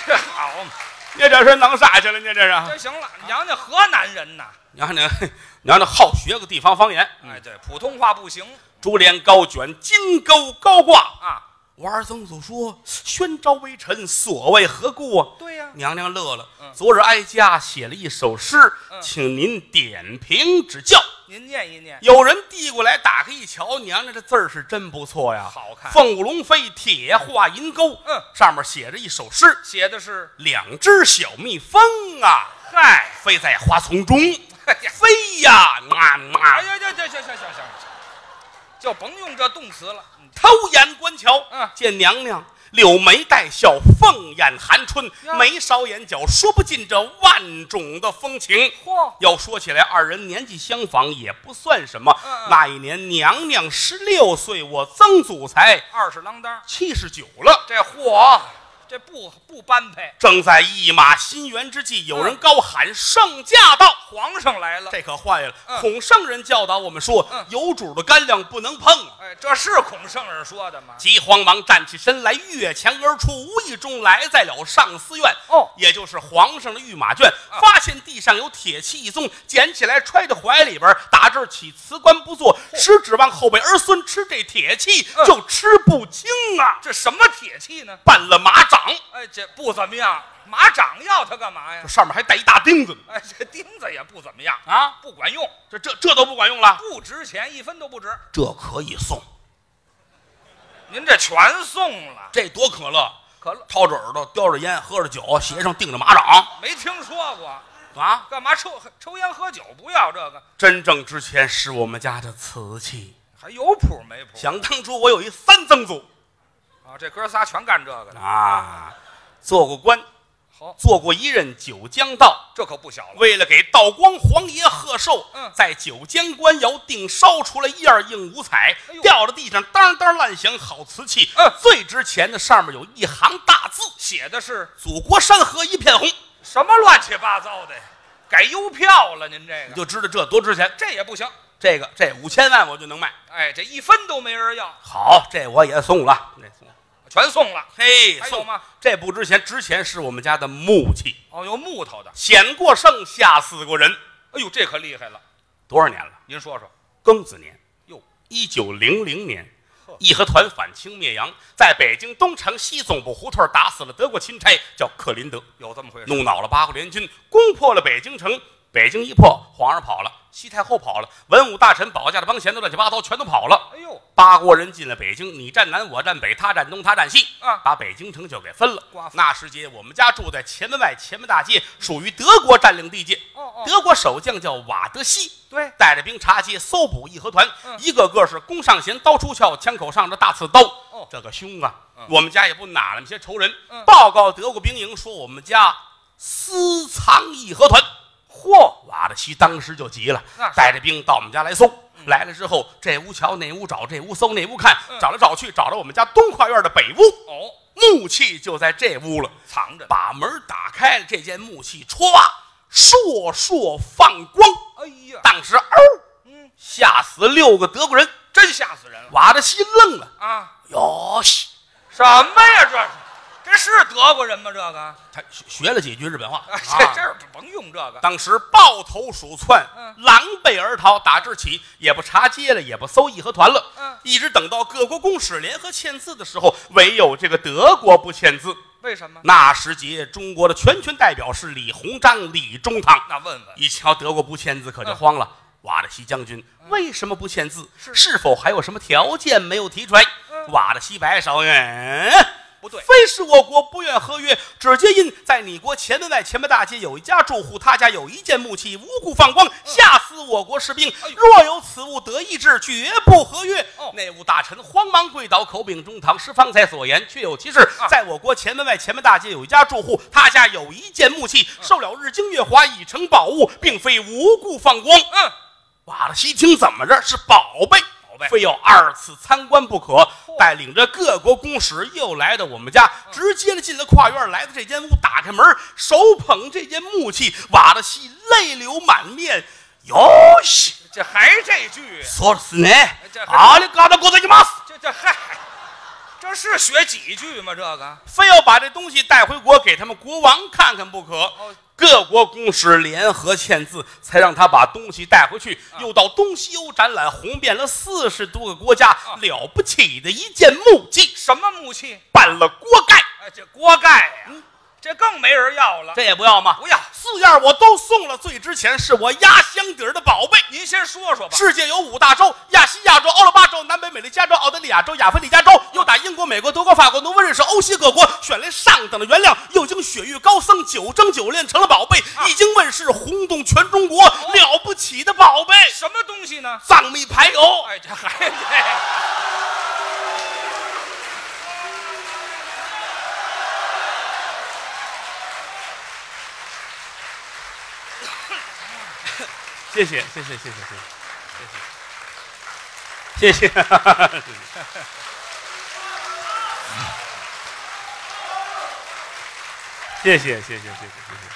Speaker 3: 这 好嘛？
Speaker 2: 你这是弄啥去了？你这是？”
Speaker 3: 这行了，娘娘河南人呐，
Speaker 2: 娘娘， 娘娘好学个地方方言。
Speaker 3: 哎，对，普通话不行
Speaker 2: 珠帘高卷，金钩高挂。
Speaker 3: 啊。
Speaker 2: 我二曾祖说：“宣昭微臣，所谓何故啊
Speaker 3: 对呀？”、
Speaker 2: 娘娘乐了
Speaker 3: 嗯。
Speaker 2: 昨日哀家写了一首诗，
Speaker 3: 嗯
Speaker 2: 请您点评指教。
Speaker 3: 您念一念，
Speaker 2: 有人递过来，打开一瞧，娘娘这字儿是真不错呀，
Speaker 3: 好看
Speaker 2: 凤舞龙飞，铁画银钩。
Speaker 3: 嗯
Speaker 2: 上面写着一首诗：
Speaker 3: 写的是
Speaker 2: 两只小蜜蜂啊， 嗨，飞在花丛中，
Speaker 3: 哎呀，
Speaker 2: 飞呀，啊嘛嘛
Speaker 3: 哎呀，这这行行行行行，就甭用这动词了。嗯
Speaker 2: 偷眼观瞧，
Speaker 3: 嗯
Speaker 2: 见娘娘柳眉带笑，凤眼含春
Speaker 3: 呀，
Speaker 2: 眉梢眼角，说不尽这万种的风情。
Speaker 3: 嚯，
Speaker 2: 要说起来，二人年纪相仿也不算什么。
Speaker 3: 嗯嗯
Speaker 2: 那一年，娘娘十六岁，我曾祖才
Speaker 3: 二十郎当，
Speaker 2: 七十九了。
Speaker 3: 这嚯，这不不般配。
Speaker 2: 正在一马心猿之
Speaker 3: 嗯
Speaker 2: 际，有人高喊：“圣驾到
Speaker 3: 皇上来！”了，
Speaker 2: 这可坏了。
Speaker 3: 嗯
Speaker 2: 孔圣人教导我们说
Speaker 3: 嗯：“
Speaker 2: 有主的干粮不能碰啊。”
Speaker 3: 哎，这是孔圣人说的吗？
Speaker 2: 急慌忙站起身来，越墙而出，无意中来在了上思院。
Speaker 3: 哦
Speaker 2: 也就是皇上的御马圈，
Speaker 3: 啊
Speaker 2: 发现地上有铁器一宗，捡起来揣到怀里边，打这儿起辞官不做，实指望后辈儿孙吃这铁器，
Speaker 3: 哦嗯
Speaker 2: 就吃不清啊！
Speaker 3: 这什么铁器呢？
Speaker 2: 办了马掌，
Speaker 3: 哎，这不怎么样。马掌要它干嘛呀
Speaker 2: 这？上面还带一大钉子呢
Speaker 3: 哎，这钉子也不怎么样，
Speaker 2: 啊！
Speaker 3: 不管用，
Speaker 2: 这这这都不管用了，
Speaker 3: 不值钱，一分都不值。
Speaker 2: 这可以送，
Speaker 3: 您这全送了，
Speaker 2: 这多可乐！
Speaker 3: 可乐
Speaker 2: 掏着耳朵，叼着烟，喝着酒，鞋上钉着马掌
Speaker 3: 没听说过，
Speaker 2: 啊！
Speaker 3: 干嘛抽抽烟喝酒不要这个？
Speaker 2: 真正值钱是我们家的瓷器。
Speaker 3: 还有谱没谱？
Speaker 2: 想当初我有一三曾祖
Speaker 3: 啊，这哥仨全干这个的，
Speaker 2: 啊，做过官，
Speaker 3: 好，
Speaker 2: 做过一任九江道，
Speaker 3: 这可不小了。
Speaker 2: 为了给道光皇爷贺寿，
Speaker 3: 嗯
Speaker 2: 在九江官窑定烧出了一二硬五彩
Speaker 3: 哎，呦
Speaker 2: 掉到地上当当乱响，好瓷器。
Speaker 3: 嗯
Speaker 2: 最值钱的上面有一行大字
Speaker 3: 写的是：“
Speaker 2: 祖国山河一片红”，
Speaker 3: 什么乱七八糟的呀？改邮票了，您这
Speaker 2: 你
Speaker 3: 个
Speaker 2: 就知道这多值钱。
Speaker 3: 这也不行。
Speaker 2: 这个这五千万我就能卖。
Speaker 3: 哎，这一分都没人要，
Speaker 2: 好，这我也送了，这送了
Speaker 3: 全送了。
Speaker 2: 嘿，
Speaker 3: 还有
Speaker 2: 送
Speaker 3: 吗？
Speaker 2: 这不值钱，值钱是我们家的木器，
Speaker 3: 哦，有木头的。
Speaker 2: 显过圣，吓死过人。
Speaker 3: 哎呦，这可厉害了。
Speaker 2: 多少年了？
Speaker 3: 您说说，
Speaker 2: 庚子年，
Speaker 3: 哟，
Speaker 2: 一九零零年
Speaker 3: 呵，
Speaker 2: 义和团反清灭洋，在北京东城西总部胡同打死了德国钦差，叫克林德，
Speaker 3: 有这么回事？
Speaker 2: 弄恼了八国联军，攻破了北京城。北京一破，皇上跑了，西太后跑了，文武大臣、保家的帮闲的乱七八糟全都跑了。
Speaker 3: 哎呦，
Speaker 2: 八国人进了北京，你站南，我站北，他站东，他站西，
Speaker 3: 啊
Speaker 2: 把北京城就给分了
Speaker 3: 瓜。分
Speaker 2: 那时节，我们家住在前门外前门大街，属于德国占领地界。
Speaker 3: 哦哦
Speaker 2: 德国守将叫瓦德西，
Speaker 3: 对
Speaker 2: 带着兵查街，搜捕义和团，
Speaker 3: 嗯
Speaker 2: 一个个是弓上弦，刀出鞘，枪口上着大刺刀。
Speaker 3: 哦
Speaker 2: 这个凶啊！
Speaker 3: 嗯
Speaker 2: 我们家也不哪那么些仇人，
Speaker 3: 嗯
Speaker 2: 报告德国兵营说我们家私藏义和团。嚯！瓦德西当时就急了
Speaker 3: 那，是
Speaker 2: 带着兵到我们家来搜。来了之后，这屋瞧，那屋找，这屋搜，那屋看，
Speaker 3: 嗯
Speaker 2: 找来找去，找到我们家东跨院的北屋，
Speaker 3: 哦，
Speaker 2: 木器就在这屋了。
Speaker 3: 藏着呢。
Speaker 2: 把门打开了，这件木器歘，烁烁放光。
Speaker 3: 哎呀，
Speaker 2: 当时，嗷，
Speaker 3: 嗯，
Speaker 2: 吓死六个德国人。
Speaker 3: 真吓死人了
Speaker 2: 瓦德西愣了，
Speaker 3: 啊！
Speaker 2: 哟西，
Speaker 3: 什么呀？这是这是德国人吗？这个啊，
Speaker 2: 他学学了几句日本话。啊
Speaker 3: 这这儿甭用这个。
Speaker 2: 当时抱头鼠窜，
Speaker 3: 嗯
Speaker 2: 狼狈而逃。打这起也不查街了，也不搜义和团了，
Speaker 3: 嗯
Speaker 2: 一直等到各国公使联合签字的时候，唯有这个德国不签字。
Speaker 3: 为什么？
Speaker 2: 那时节，中国的全权代表是李鸿章、李中堂。
Speaker 3: 那问问
Speaker 2: 一瞧德国不签字，可就慌了。瓦德西将军为什么不签字？
Speaker 3: 嗯是
Speaker 2: 否还有什么条件没有提出来？
Speaker 3: 嗯
Speaker 2: 瓦德西摆手，嗯，
Speaker 3: 不对，
Speaker 2: 非是我国不愿合约，只接印在你国前门外前门大街有一家住户，他家有一件木器，无故放光，吓死我国士兵
Speaker 3: 哦哎。呦
Speaker 2: 若有此物得意志，绝不合约
Speaker 3: 哦。
Speaker 2: 内务大臣慌忙跪倒，口禀中堂，是方才所言，确有其事。
Speaker 3: 啊
Speaker 2: 在我国前门外前门大街有一家住户，他家有一件木器，受了日精月华已成宝物，并非无故放光。
Speaker 3: 嗯，
Speaker 2: 瓦勒西听怎么着是宝贝，
Speaker 3: 宝贝
Speaker 2: 非要二次参观不可。带领着各国公使又来到我们家，
Speaker 3: 嗯
Speaker 2: 直接的进了跨院，来到这间屋，打开门，手捧这件木器，瓦勒西泪流满面。哟西，
Speaker 3: 这还这句，
Speaker 2: 说的是呢
Speaker 3: 哎这，还
Speaker 2: 阿里嘎达国在你妈死，
Speaker 3: 这这嗨，这是学几句吗？这个
Speaker 2: 非要把这东西带回国给他们国王看看不可。
Speaker 3: 哦，
Speaker 2: 各国公使联合签字，才让他把东西带回去，又到东西欧展览，红遍了四十多个国家，了不起的一件木器，
Speaker 3: 什么木器？嗯
Speaker 2: 办了锅盖，
Speaker 3: 哎，这锅盖呀、这更没人要了。
Speaker 2: 这也不要吗？
Speaker 3: 不要，
Speaker 2: 四样我都送了，最值钱是我压箱底儿的宝贝。
Speaker 3: 您先说说吧。
Speaker 2: 世界有五大洲：亚细亚洲、欧罗巴洲、南北美利加洲、澳大利亚洲、亚非利加洲。又打英国、美国、德国、法国、挪威、瑞士、欧西各国，选来上等的原料，又经雪域高僧九蒸九炼成了宝贝，一经问世，轰动全中国，了不起的宝贝。
Speaker 3: 什么东西呢？
Speaker 2: 藏秘排油，
Speaker 3: 哎，这还这，
Speaker 2: 谢谢谢谢谢谢谢谢谢谢谢。谢谢谢谢谢谢谢谢，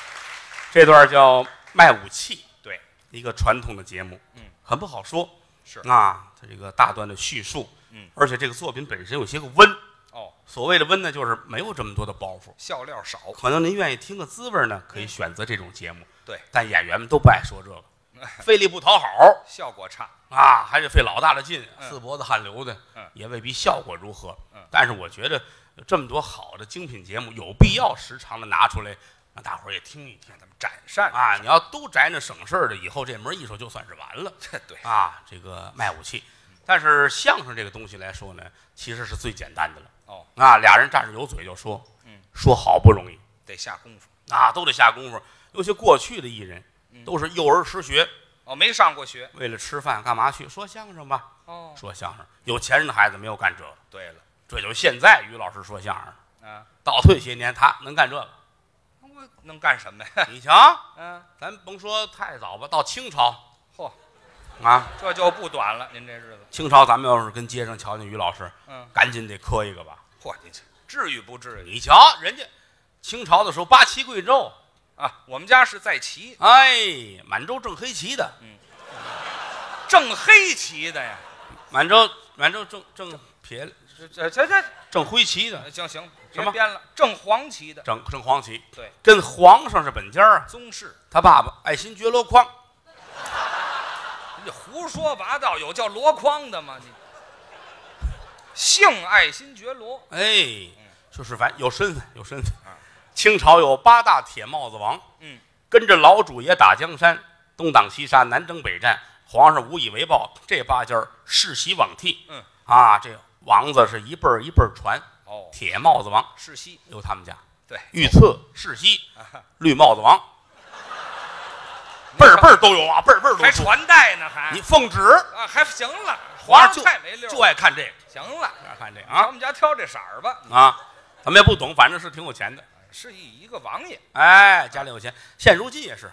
Speaker 2: 这段叫卖武器，
Speaker 3: 对，
Speaker 2: 一个传统的节目，
Speaker 3: 嗯，
Speaker 2: 很不好说，
Speaker 3: 是
Speaker 2: 啊，它这个大段的叙述，
Speaker 3: 嗯，
Speaker 2: 而且这个作品本身有些个温，
Speaker 3: 哦，
Speaker 2: 所谓的温呢，就是没有这么多的包袱，
Speaker 3: 笑料少，
Speaker 2: 可能您愿意听个滋味呢，
Speaker 3: 嗯
Speaker 2: 可以选择这种节目，
Speaker 3: 对，
Speaker 2: 但演员们都不爱说这个，费力不讨好
Speaker 3: 效果差。
Speaker 2: 啊，还得费老大的劲，
Speaker 3: 嗯
Speaker 2: 四脖子汗流的
Speaker 3: 嗯，
Speaker 2: 也未必效果如何
Speaker 3: 嗯，
Speaker 2: 但是我觉得有这么多好的精品节目，有必要时常的拿出来让大伙儿也听一听。
Speaker 3: 让他们展善。
Speaker 2: 啊，你要都宅那省事儿的，以后这门艺术就算是完了
Speaker 3: 这对，
Speaker 2: 啊。这个卖武器，但是相声这个东西来说呢，其实是最简单的了
Speaker 3: 哦，
Speaker 2: 啊。俩人站着有嘴就说，
Speaker 3: 嗯，
Speaker 2: 说好不容易
Speaker 3: 得下功夫。
Speaker 2: 啊，都得下功夫。尤其过去的艺人
Speaker 3: 嗯，
Speaker 2: 都是幼儿实学，
Speaker 3: 哦，没上过学。
Speaker 2: 为了吃饭干嘛去说相声吧？
Speaker 3: 哦，
Speaker 2: 说相声，有钱人的孩子没有干这个，
Speaker 3: 对了，
Speaker 2: 这就是现在于老师说相声。
Speaker 3: 啊，
Speaker 2: 倒退些年，他能干这个，
Speaker 3: 我不能干什么 呀？
Speaker 2: 你瞧，
Speaker 3: 嗯，
Speaker 2: 咱甭说太早吧，到清朝
Speaker 3: 嚯，
Speaker 2: 啊，
Speaker 3: 这就不短了，您这日子，
Speaker 2: 清朝咱们要是跟街上瞧见于老师，
Speaker 3: 嗯，
Speaker 2: 赶紧得磕一个吧。
Speaker 3: 嚯，你这至于不至于
Speaker 2: 你瞧人家清朝的时候八旗贵胄，
Speaker 3: 啊？我们家是在旗，
Speaker 2: 哎，满洲正黑旗的，
Speaker 3: 正黑旗的呀，
Speaker 2: 满洲满洲正正撇
Speaker 3: 这这这这，
Speaker 2: 正灰旗的，
Speaker 3: 呃行行，
Speaker 2: 什
Speaker 3: 别
Speaker 2: 么
Speaker 3: 编了，正黄旗的，
Speaker 2: 正正黄旗，
Speaker 3: 对，
Speaker 2: 跟皇上是本家儿啊。
Speaker 3: 宗室，
Speaker 2: 他爸爸爱新觉罗匡，
Speaker 3: 你这胡说八道，有叫箩筐的吗？你姓爱新觉罗，
Speaker 2: 哎，就是反有身份有身份
Speaker 3: 啊。
Speaker 2: 清朝有八大铁帽子王，
Speaker 3: 嗯，
Speaker 2: 跟着老主爷打江山，东挡西杀，南征北战，皇上无以为报，这八家儿世袭罔替，
Speaker 3: 嗯，
Speaker 2: 啊，这王子是一辈儿一辈儿传，
Speaker 3: 哦，
Speaker 2: 铁帽子王
Speaker 3: 世袭，
Speaker 2: 有他们家，
Speaker 3: 对，
Speaker 2: 御赐世袭，
Speaker 3: 啊
Speaker 2: 绿帽子王，辈儿辈儿都有啊，辈儿辈儿都
Speaker 3: 还
Speaker 2: 有。
Speaker 3: 传代呢，还
Speaker 2: 你奉旨，
Speaker 3: 啊，还行了，
Speaker 2: 皇上
Speaker 3: 上太没
Speaker 2: 就
Speaker 3: 溜儿
Speaker 2: 就爱看这个，
Speaker 3: 行了，
Speaker 2: 就爱看这个
Speaker 3: 咱
Speaker 2: 啊
Speaker 3: 们家挑这色儿吧，
Speaker 2: 啊，咱们也不懂，反正是挺有钱的。
Speaker 3: 是一一个王爷
Speaker 2: 哎，家里有钱，现如今也是，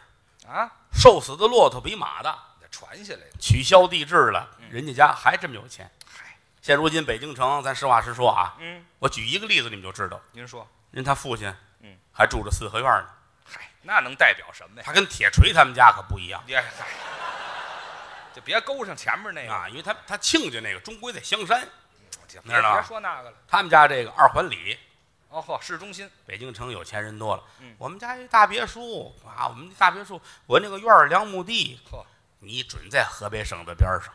Speaker 3: 啊，
Speaker 2: 瘦死的骆驼比马大，
Speaker 3: 得传下来的。
Speaker 2: 取消地制了，
Speaker 3: 嗯
Speaker 2: 人家家还这么有钱。
Speaker 3: 嗨，
Speaker 2: 现如今北京城，咱实话实说啊，
Speaker 3: 嗯，
Speaker 2: 我举一个例子你们就知道，
Speaker 3: 您说，
Speaker 2: 人他父亲，
Speaker 3: 嗯，
Speaker 2: 还住着四合院呢，
Speaker 3: 嗨，那能代表什么呀？
Speaker 2: 他跟铁锤他们家可不一样
Speaker 3: 也嗨，就别勾上前面那个，
Speaker 2: 啊，因为他他亲家那个终归在香山，
Speaker 3: 就
Speaker 2: 你
Speaker 3: 别
Speaker 2: 知道吗
Speaker 3: 别说那个了。
Speaker 2: 他们家这个二环里，
Speaker 3: 哦嚯，市中心，
Speaker 2: 北京城有钱人多了，
Speaker 3: 嗯
Speaker 2: 我们家一大别墅啊，我们大别墅，我那个院儿两亩地，
Speaker 3: 嚯，
Speaker 2: 你准在河北省的边儿上，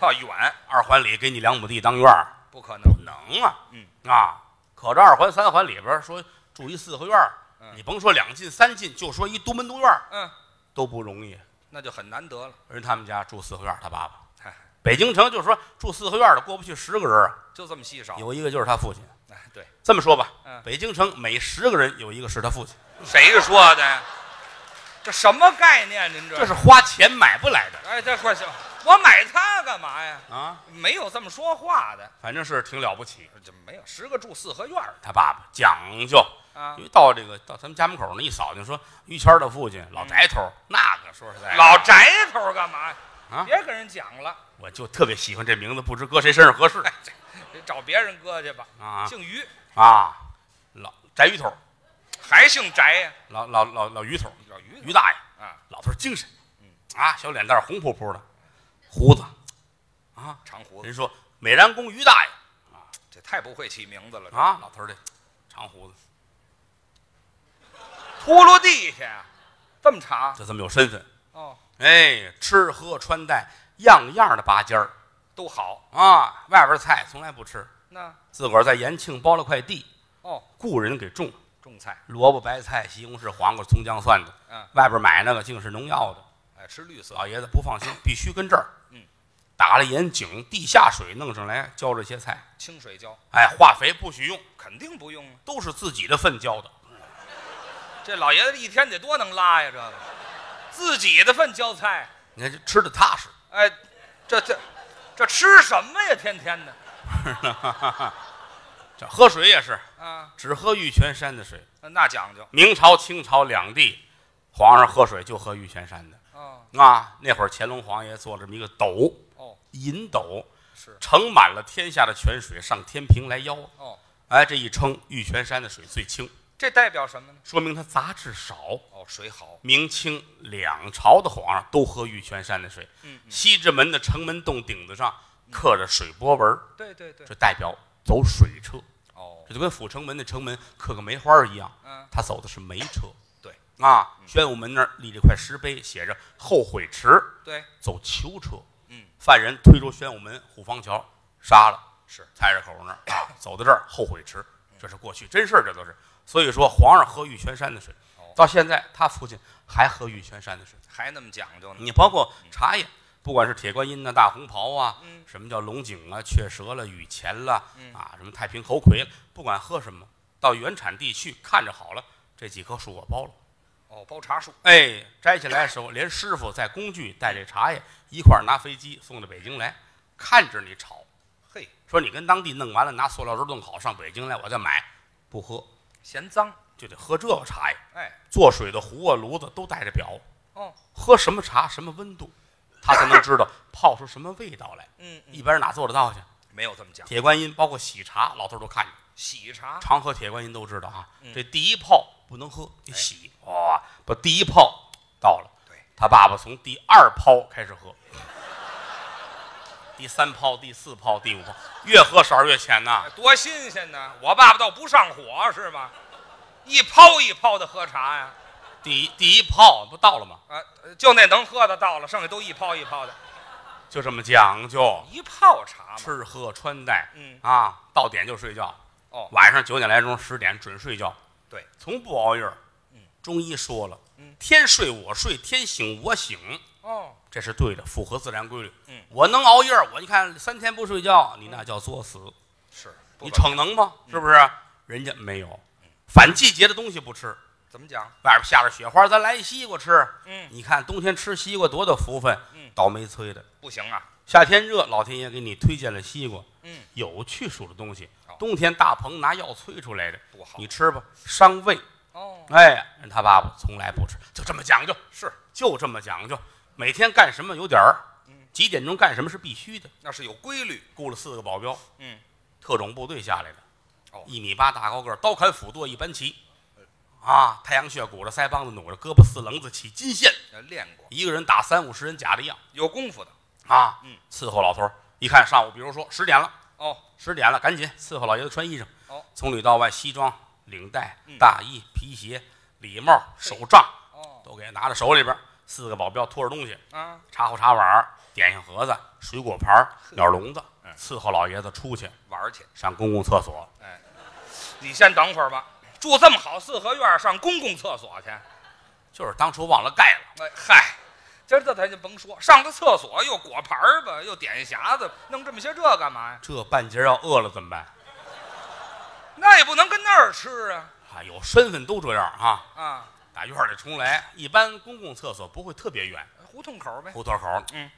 Speaker 3: 啊远，
Speaker 2: 二环里给你两亩地当院儿，
Speaker 3: 不可能
Speaker 2: 不。能啊，
Speaker 3: 嗯
Speaker 2: 啊，可这二环三环里边儿说住一四合院儿，
Speaker 3: 嗯
Speaker 2: 你甭说两进三进，就说一独门独院儿
Speaker 3: 嗯，
Speaker 2: 都不容易。
Speaker 3: 那就很难得了。
Speaker 2: 人他们家住四合院儿，他爸爸
Speaker 3: 嗨，
Speaker 2: 北京城就说住四合院儿的过不去十个人儿啊，
Speaker 3: 就这么稀少。
Speaker 2: 有一个就是他父亲。
Speaker 3: 哎，对，
Speaker 2: 这么说吧，
Speaker 3: 哦嗯
Speaker 2: 北京城每十个人有一个是他父亲，
Speaker 3: 谁说的呀？这什么概念？您这
Speaker 2: 这是花钱买不来的
Speaker 3: 哎，这快行，我买它干嘛呀？
Speaker 2: 啊，
Speaker 3: 没有这么说话的，
Speaker 2: 反正是挺了不起。
Speaker 3: 就没有十个住四合院儿
Speaker 2: 他爸爸讲究，
Speaker 3: 啊
Speaker 2: 因。为到这个到他们家门口那一扫就说于谦儿的父亲老宅头儿，那个说实在的
Speaker 3: 嗯老宅头干嘛呀？
Speaker 2: 啊
Speaker 3: 别跟人讲了，
Speaker 2: 我就特别喜欢这名字，不知搁谁身上合适
Speaker 3: 哎，这这找别人搁去吧。
Speaker 2: 啊
Speaker 3: 姓于
Speaker 2: 啊！老翟鱼头，
Speaker 3: 还姓翟呀？
Speaker 2: 老老老老于头，
Speaker 3: 叫于
Speaker 2: 于大爷，
Speaker 3: 啊，
Speaker 2: 老头儿精神，啊，小脸蛋儿红扑扑的，胡子，啊
Speaker 3: 长胡子，
Speaker 2: 人说美髯公于大爷
Speaker 3: 这太不会起名字了。
Speaker 2: 啊，老头儿这长胡子，
Speaker 3: 秃噜地下呀，这么长
Speaker 2: 就这么有身份，
Speaker 3: 哦，
Speaker 2: 哎，吃喝穿戴样样的拔尖儿
Speaker 3: 都好。
Speaker 2: 啊，外边菜从来不吃，
Speaker 3: 那
Speaker 2: 自个儿在延庆包了块地，
Speaker 3: 哦，
Speaker 2: 雇人给种
Speaker 3: 种菜，
Speaker 2: 萝卜、白菜、西红柿、黄瓜、葱姜蒜的，
Speaker 3: 嗯，
Speaker 2: 外边买那个竟是农药的。
Speaker 3: 哎，吃绿色
Speaker 2: 老爷子不放心，必须跟这儿。
Speaker 3: 嗯，
Speaker 2: 打了眼井，地下水弄上来浇这些菜。
Speaker 3: 清水浇，
Speaker 2: 哎，化肥不许用，
Speaker 3: 肯定不用啊。
Speaker 2: 都是自己的粪浇的。
Speaker 3: 这老爷子一天得多能拉呀，这个自己的份浇菜，
Speaker 2: 你看这吃的踏实，
Speaker 3: 哎，这这这吃什么呀？天天的
Speaker 2: 这喝水也是
Speaker 3: 啊，
Speaker 2: 只喝玉泉山的水。
Speaker 3: 那讲究
Speaker 2: 明朝、清朝两地，皇上喝水就喝玉泉山的
Speaker 3: 哦
Speaker 2: 啊。那会儿乾隆皇爷做了这么一个斗，
Speaker 3: 哦
Speaker 2: 银斗，
Speaker 3: 是
Speaker 2: 盛满了天下的泉水，上天平来邀。
Speaker 3: 哦，
Speaker 2: 哎，这一称，玉泉山的水最清，
Speaker 3: 这代表什么呢？
Speaker 2: 说明它杂质少。
Speaker 3: 哦，水好，
Speaker 2: 明清两朝的皇上都喝玉泉山的水。
Speaker 3: 嗯，嗯
Speaker 2: 西直门的城门洞顶子上刻着水波纹儿，
Speaker 3: 对对对
Speaker 2: 这，代表走水车。
Speaker 3: 哦，
Speaker 2: 这就跟阜成门的城门刻个梅花儿一样，
Speaker 3: 嗯，
Speaker 2: 他走的是梅车。
Speaker 3: 对嗯
Speaker 2: 啊，宣武门那儿立着块石碑，写着“后悔池
Speaker 3: 对，”，
Speaker 2: 走囚车。
Speaker 3: 嗯，
Speaker 2: 犯人推出宣武门虎坊桥，杀了，
Speaker 3: 是
Speaker 2: 菜市口那儿 啊，走到这儿后悔池，
Speaker 3: 嗯
Speaker 2: 这是过去真事儿，这都是。所以说，皇上喝玉泉山的水
Speaker 3: 哦，
Speaker 2: 到现在他父亲还喝玉泉山的水。
Speaker 3: 还那么讲究呢。
Speaker 2: 你包括茶叶，不管是铁观音呐、大红袍啊，
Speaker 3: 嗯
Speaker 2: 什么叫龙井啊、雀舌了、雨前了，
Speaker 3: 嗯
Speaker 2: 啊，什么太平猴魁了，不管喝什么，到原产地去看着好了，这几棵树我包了。
Speaker 3: 哦，包茶树，
Speaker 2: 哎，摘下来的时候，连师傅带工具带这茶叶一块儿拿飞机送到北京来，看着你炒，
Speaker 3: 嘿，
Speaker 2: 说你跟当地弄完了，拿塑料兜弄好上北京来，我再买，不喝，
Speaker 3: 嫌脏，
Speaker 2: 就得喝这个茶呀。
Speaker 3: 哎，
Speaker 2: 做水的壶啊、炉子都带着表，
Speaker 3: 哦，
Speaker 2: 喝什么茶、什么温度，他才能知道泡出什么味道来。
Speaker 3: 嗯，嗯
Speaker 2: 一般人哪做得到去？
Speaker 3: 没有这么讲。
Speaker 2: 铁观音，包括喜茶，老头儿都看见。
Speaker 3: 喜茶，
Speaker 2: 常喝铁观音都知道啊，
Speaker 3: 啊嗯哎
Speaker 2: 这第一泡不能喝，得洗哇，把第一泡倒了。
Speaker 3: 对，
Speaker 2: 他爸爸从第二泡开始喝，第三泡、第四泡、第五泡，越喝色儿越浅呐、
Speaker 3: 哎多新鲜呢！我爸爸倒不上火是吗？一泡一泡的喝茶呀、
Speaker 2: 第一第一泡不到了吗？
Speaker 3: 啊，就那能喝的到了，剩下都一泡一泡的，
Speaker 2: 就这么讲究，
Speaker 3: 一泡茶嘛。
Speaker 2: 吃喝穿戴，
Speaker 3: 嗯
Speaker 2: 啊，到点就睡觉，
Speaker 3: 哦，
Speaker 2: 晚上九点来钟、十点准睡觉，
Speaker 3: 对，
Speaker 2: 从不熬夜儿。
Speaker 3: 嗯
Speaker 2: 中医说了
Speaker 3: 嗯，
Speaker 2: 天睡我睡，天醒我醒。
Speaker 3: 哦，
Speaker 2: 这是对的，符合自然规律。
Speaker 3: 嗯
Speaker 2: 我能熬夜儿，我一看三天不睡觉，你那叫作死，
Speaker 3: 是，不
Speaker 2: 你
Speaker 3: 可嗯
Speaker 2: 逞能吗？是不是？人家没有，反季节的东西不吃。
Speaker 3: 怎么讲？
Speaker 2: 外边下着雪花，咱来一西瓜吃。
Speaker 3: 嗯，
Speaker 2: 你看冬天吃西瓜多大福分
Speaker 3: 嗯，
Speaker 2: 倒霉催的。
Speaker 3: 不行啊。
Speaker 2: 夏天热，老天爷给你推荐了西瓜，
Speaker 3: 嗯，
Speaker 2: 有去暑的东西
Speaker 3: 好。
Speaker 2: 冬天大棚拿药催出来的，
Speaker 3: 不哦好
Speaker 2: 你吃吧，伤胃。
Speaker 3: 哦，
Speaker 2: 哎，人他爸爸从来不吃，就这么讲究，
Speaker 3: 是，
Speaker 2: 就这么讲究。每天干什么有点儿
Speaker 3: 嗯，
Speaker 2: 几点钟干什么是必须的。
Speaker 3: 那是有规律。
Speaker 2: 雇了四个保镖，
Speaker 3: 嗯，
Speaker 2: 特种部队下来的，
Speaker 3: 哦
Speaker 2: 一米八大高个儿，刀砍斧剁一般齐，啊，太阳穴鼓着，腮帮子努着，胳膊四棱子起金线，
Speaker 3: 要练过，
Speaker 2: 一个人打三五十人假的样
Speaker 3: 有功夫的。
Speaker 2: 啊，
Speaker 3: 嗯，
Speaker 2: 伺候老头儿，一看上午，比如说十点了，
Speaker 3: 哦，
Speaker 2: 十点了，赶紧伺候老爷子穿衣裳，
Speaker 3: 哦
Speaker 2: 从里到外，西装、领带
Speaker 3: 嗯、
Speaker 2: 大衣、皮鞋、礼帽、手杖
Speaker 3: 哦，
Speaker 2: 都给拿到手里边儿，四个保镖拖着东西，
Speaker 3: 啊，
Speaker 2: 茶壶、茶碗儿、点心盒子、水果盘儿、鸟笼子
Speaker 3: 嗯，
Speaker 2: 伺候老爷子出去
Speaker 3: 玩儿去。
Speaker 2: 上公共厕所。
Speaker 3: 哎，你先等会儿吧。住这么好四合院儿，上公共厕所去？哎，
Speaker 2: 就是当初忘了盖了，
Speaker 3: 嗨，今儿这咱就甭说，上个厕所又果盘儿吧，又点匣子，弄这么些这干嘛呀？
Speaker 2: 这半截要饿了怎么办？
Speaker 3: 那也不能跟那儿吃啊
Speaker 2: 啊，有身份都这样啊，
Speaker 3: 啊，
Speaker 2: 打院里重来。一般公共厕所不会特别远，
Speaker 3: 胡同口儿呗。
Speaker 2: 胡同口，
Speaker 3: 嗯，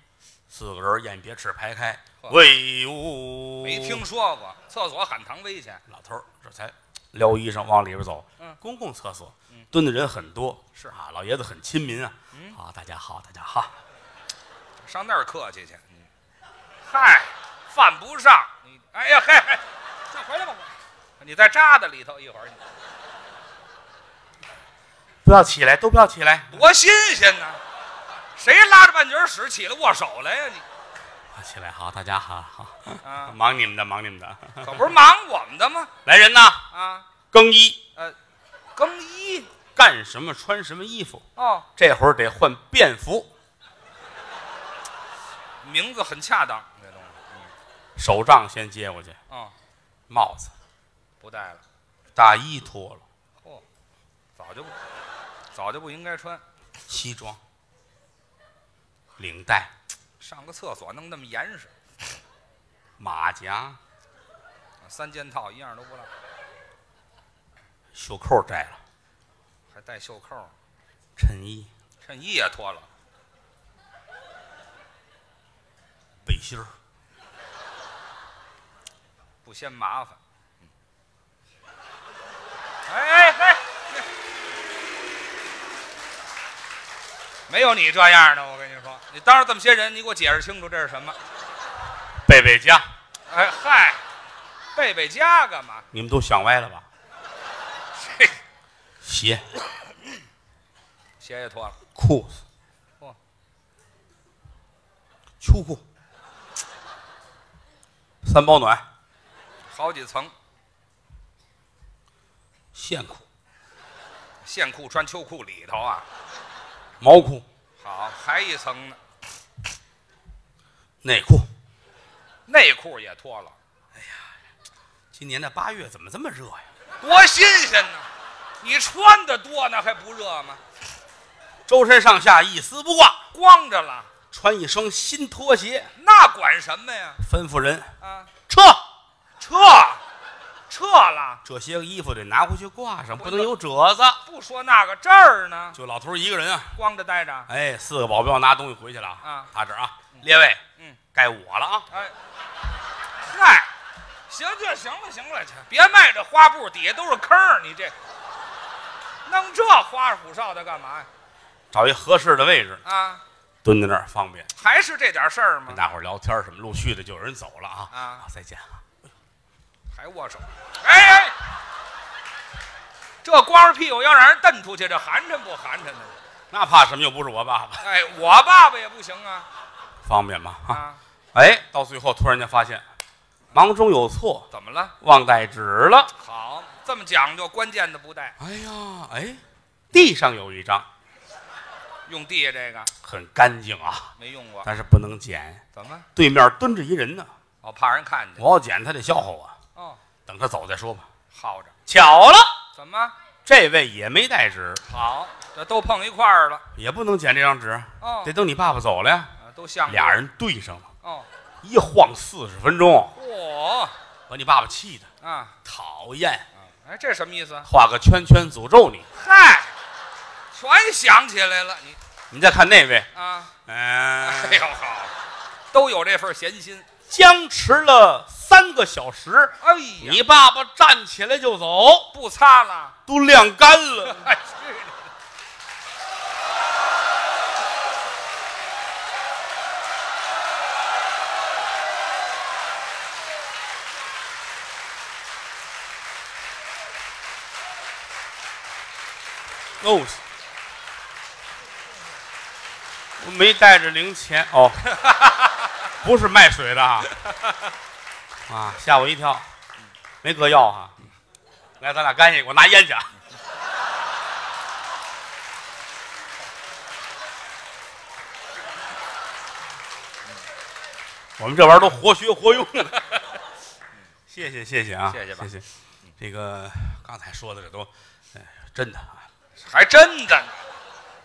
Speaker 2: 四个人雁别翅排开，
Speaker 3: 呵
Speaker 2: 威武。
Speaker 3: 没听说过厕所喊唐威去，
Speaker 2: 老头儿这才撩衣裳往里边走。
Speaker 3: 嗯
Speaker 2: 公共厕所
Speaker 3: 嗯
Speaker 2: 蹲的人很多，
Speaker 3: 是
Speaker 2: 啊，老爷子很亲民啊。
Speaker 3: 嗯
Speaker 2: 好，大家好，大家好。
Speaker 3: 上那儿客气去。嗯嗨，犯不上你。哎呀，嘿，嘿，那回来吧，我你再扎在里头一会儿，你
Speaker 2: 不要起来，都不要起来，
Speaker 3: 多新鲜呢！谁拉着半截屎起来握手来呀、
Speaker 2: 啊起来好，大家好，好，
Speaker 3: 你啊，
Speaker 2: 忙你们的，忙你们的。
Speaker 3: 可不是忙我们的吗？
Speaker 2: 来人呐，
Speaker 3: 啊，
Speaker 2: 更衣，
Speaker 3: 呃，更衣
Speaker 2: 干什么穿什么衣服。
Speaker 3: 哦，
Speaker 2: 这会儿得换便服，
Speaker 3: 名字很恰当，这东西嗯
Speaker 2: 手杖先接过去，
Speaker 3: 哦，
Speaker 2: 帽子、
Speaker 3: 不戴了，
Speaker 2: 大衣脱了，
Speaker 3: 嚯、早就不早就不应该穿。
Speaker 2: 西装、领带、
Speaker 3: 上个厕所弄那么严实，
Speaker 2: 马甲、
Speaker 3: 三件套一样都不落，
Speaker 2: 袖扣摘了，
Speaker 3: 还带袖扣呢，
Speaker 2: 衬衣、
Speaker 3: 衬衣也脱了。
Speaker 2: 背心儿，
Speaker 3: 不嫌麻烦。哎哎哎！没有你这样的，我跟你说，你当着这么些人，你给我解释清楚这是什么？
Speaker 2: 背背夹，
Speaker 3: 哎嗨，贝贝家干嘛？
Speaker 2: 你们都想歪了吧？鞋、
Speaker 3: 鞋也脱了，
Speaker 2: 裤子
Speaker 3: 嚯、
Speaker 2: 秋裤，三保暖、
Speaker 3: 好几层，
Speaker 2: 线裤、
Speaker 3: 线裤穿秋裤里头啊，
Speaker 2: 毛裤、
Speaker 3: 好，还一层呢，
Speaker 2: 内裤。
Speaker 3: 内裤也脱了，
Speaker 2: 今年的八月怎么这么热呀？
Speaker 3: 多新鲜呢！你穿的多呢，还不热吗？
Speaker 2: 周身上下一丝不挂，
Speaker 3: 光着了，
Speaker 2: 穿一双新拖鞋，
Speaker 3: 那管什么呀？
Speaker 2: 吩咐人
Speaker 3: 啊，
Speaker 2: 撤，
Speaker 3: 撤，撤了。
Speaker 2: 这些个衣服得拿回去挂上，
Speaker 3: 不
Speaker 2: 不能有褶子。
Speaker 3: 不说那个这儿呢，
Speaker 2: 就老头儿一个人啊，
Speaker 3: 光着待着。
Speaker 2: 哎，四个保镖拿东西回去了
Speaker 3: 啊
Speaker 2: 他这儿啊，列位，
Speaker 3: 嗯，
Speaker 2: 该我了啊，
Speaker 3: 哎，嗨，行就行了，行了，去，别卖这花布，底下都是坑儿，你这弄这花里胡哨的干嘛呀？
Speaker 2: 找一合适的位置
Speaker 3: 啊，
Speaker 2: 蹲在那儿方便，
Speaker 3: 还是这点事儿吗
Speaker 2: 跟？大伙儿聊天儿什么，陆续的就有人走了啊
Speaker 3: 啊
Speaker 2: 再见啊！
Speaker 3: 还握手？哎哎，这光着屁股要让人蹬出去，这寒碜不寒碜呢？
Speaker 2: 那怕什么？又不是我爸爸，
Speaker 3: 哎，我爸爸也不行啊
Speaker 2: 方便吗？啊，
Speaker 3: 啊！
Speaker 2: 哎，到最后突然间发现，忙中有错，
Speaker 3: 怎么了？
Speaker 2: 忘带纸了。
Speaker 3: 好，这么讲究，关键的不带，
Speaker 2: 哎呀，哎，地上有一张，
Speaker 3: 用地下这个
Speaker 2: 很干净啊，
Speaker 3: 没用过，
Speaker 2: 但是不能捡。
Speaker 3: 怎么？
Speaker 2: 对面蹲着一人呢，
Speaker 3: 哦，怕人看见。
Speaker 2: 我要捡他得笑话我。
Speaker 3: 哦，
Speaker 2: 等他走再说吧。
Speaker 3: 耗着，
Speaker 2: 巧了，
Speaker 3: 怎么？
Speaker 2: 这位也没带纸，
Speaker 3: 好，这都碰一块儿了。
Speaker 2: 也不能捡这张纸，
Speaker 3: 哦
Speaker 2: 得，等你爸爸走了呀。
Speaker 3: 啊都像
Speaker 2: 俩。人对上了，
Speaker 3: 哦，
Speaker 2: 一晃四十分钟，
Speaker 3: 嚯
Speaker 2: 把你爸爸气的
Speaker 3: 啊！
Speaker 2: 讨厌，
Speaker 3: 哎，这什么意思？
Speaker 2: 画个圈圈诅咒你。
Speaker 3: 嗨，全想起来了，你
Speaker 2: 你再看那位，
Speaker 3: 啊，
Speaker 2: 嗯、
Speaker 3: 哎呦好，都有这份闲心。
Speaker 2: 僵持了三个小时，
Speaker 3: 哎呀，
Speaker 2: 你爸爸站起来就走，
Speaker 3: 不擦了？
Speaker 2: 都晾干了。
Speaker 3: 哎，去你的！
Speaker 2: 哦，我没带着零钱 哦，不是卖水的啊，啊，吓我一跳，没搁药哈、来，咱俩干一个，我拿烟去啊。我们这玩意儿都活学活用的，谢谢谢谢啊，
Speaker 3: 谢谢吧
Speaker 2: 谢谢。这个刚才说的这都，哎，真的啊，
Speaker 3: 还真的呢，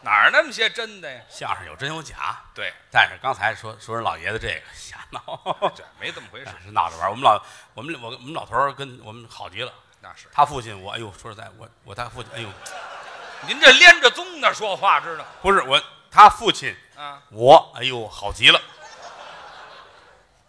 Speaker 3: 哪儿那么些真的呀？
Speaker 2: 相声有真有假，
Speaker 3: 对，
Speaker 2: 但是刚才说说人老爷子这个瞎闹，
Speaker 3: 这没这么回事，
Speaker 2: 是闹着玩儿。我们老我们我我们老头儿跟我们好极了，
Speaker 3: 那是。
Speaker 2: 他父亲我哎呦，说实在我我他父亲哎呦，
Speaker 3: 您这连着宗的说话，知道
Speaker 2: 不是我他父亲
Speaker 3: 啊？
Speaker 2: 我哎呦好极了，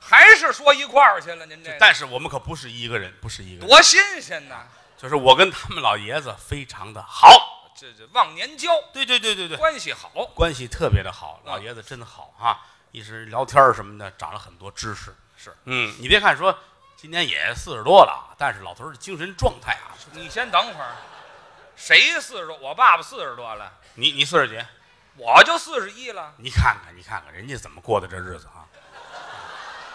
Speaker 3: 还是说一块儿去了？您这
Speaker 2: 但是我们可不是一个人，不是一个人，
Speaker 3: 多新鲜呐！
Speaker 2: 就是我跟他们老爷子非常的好，
Speaker 3: 这这忘年交，
Speaker 2: 对对对对对，
Speaker 3: 关系好，
Speaker 2: 关系特别的好，老爷子真好啊，一直聊天儿什么的，长了很多知识。
Speaker 3: 是
Speaker 2: 嗯，你别看说今年也四十多了啊，但是老头儿的精神状态啊，
Speaker 3: 你先等会儿，谁四十多？我爸爸四十多了，
Speaker 2: 你你四十几？
Speaker 3: 我就四十一了，
Speaker 2: 你看看，你看看人家怎么过的这日子啊？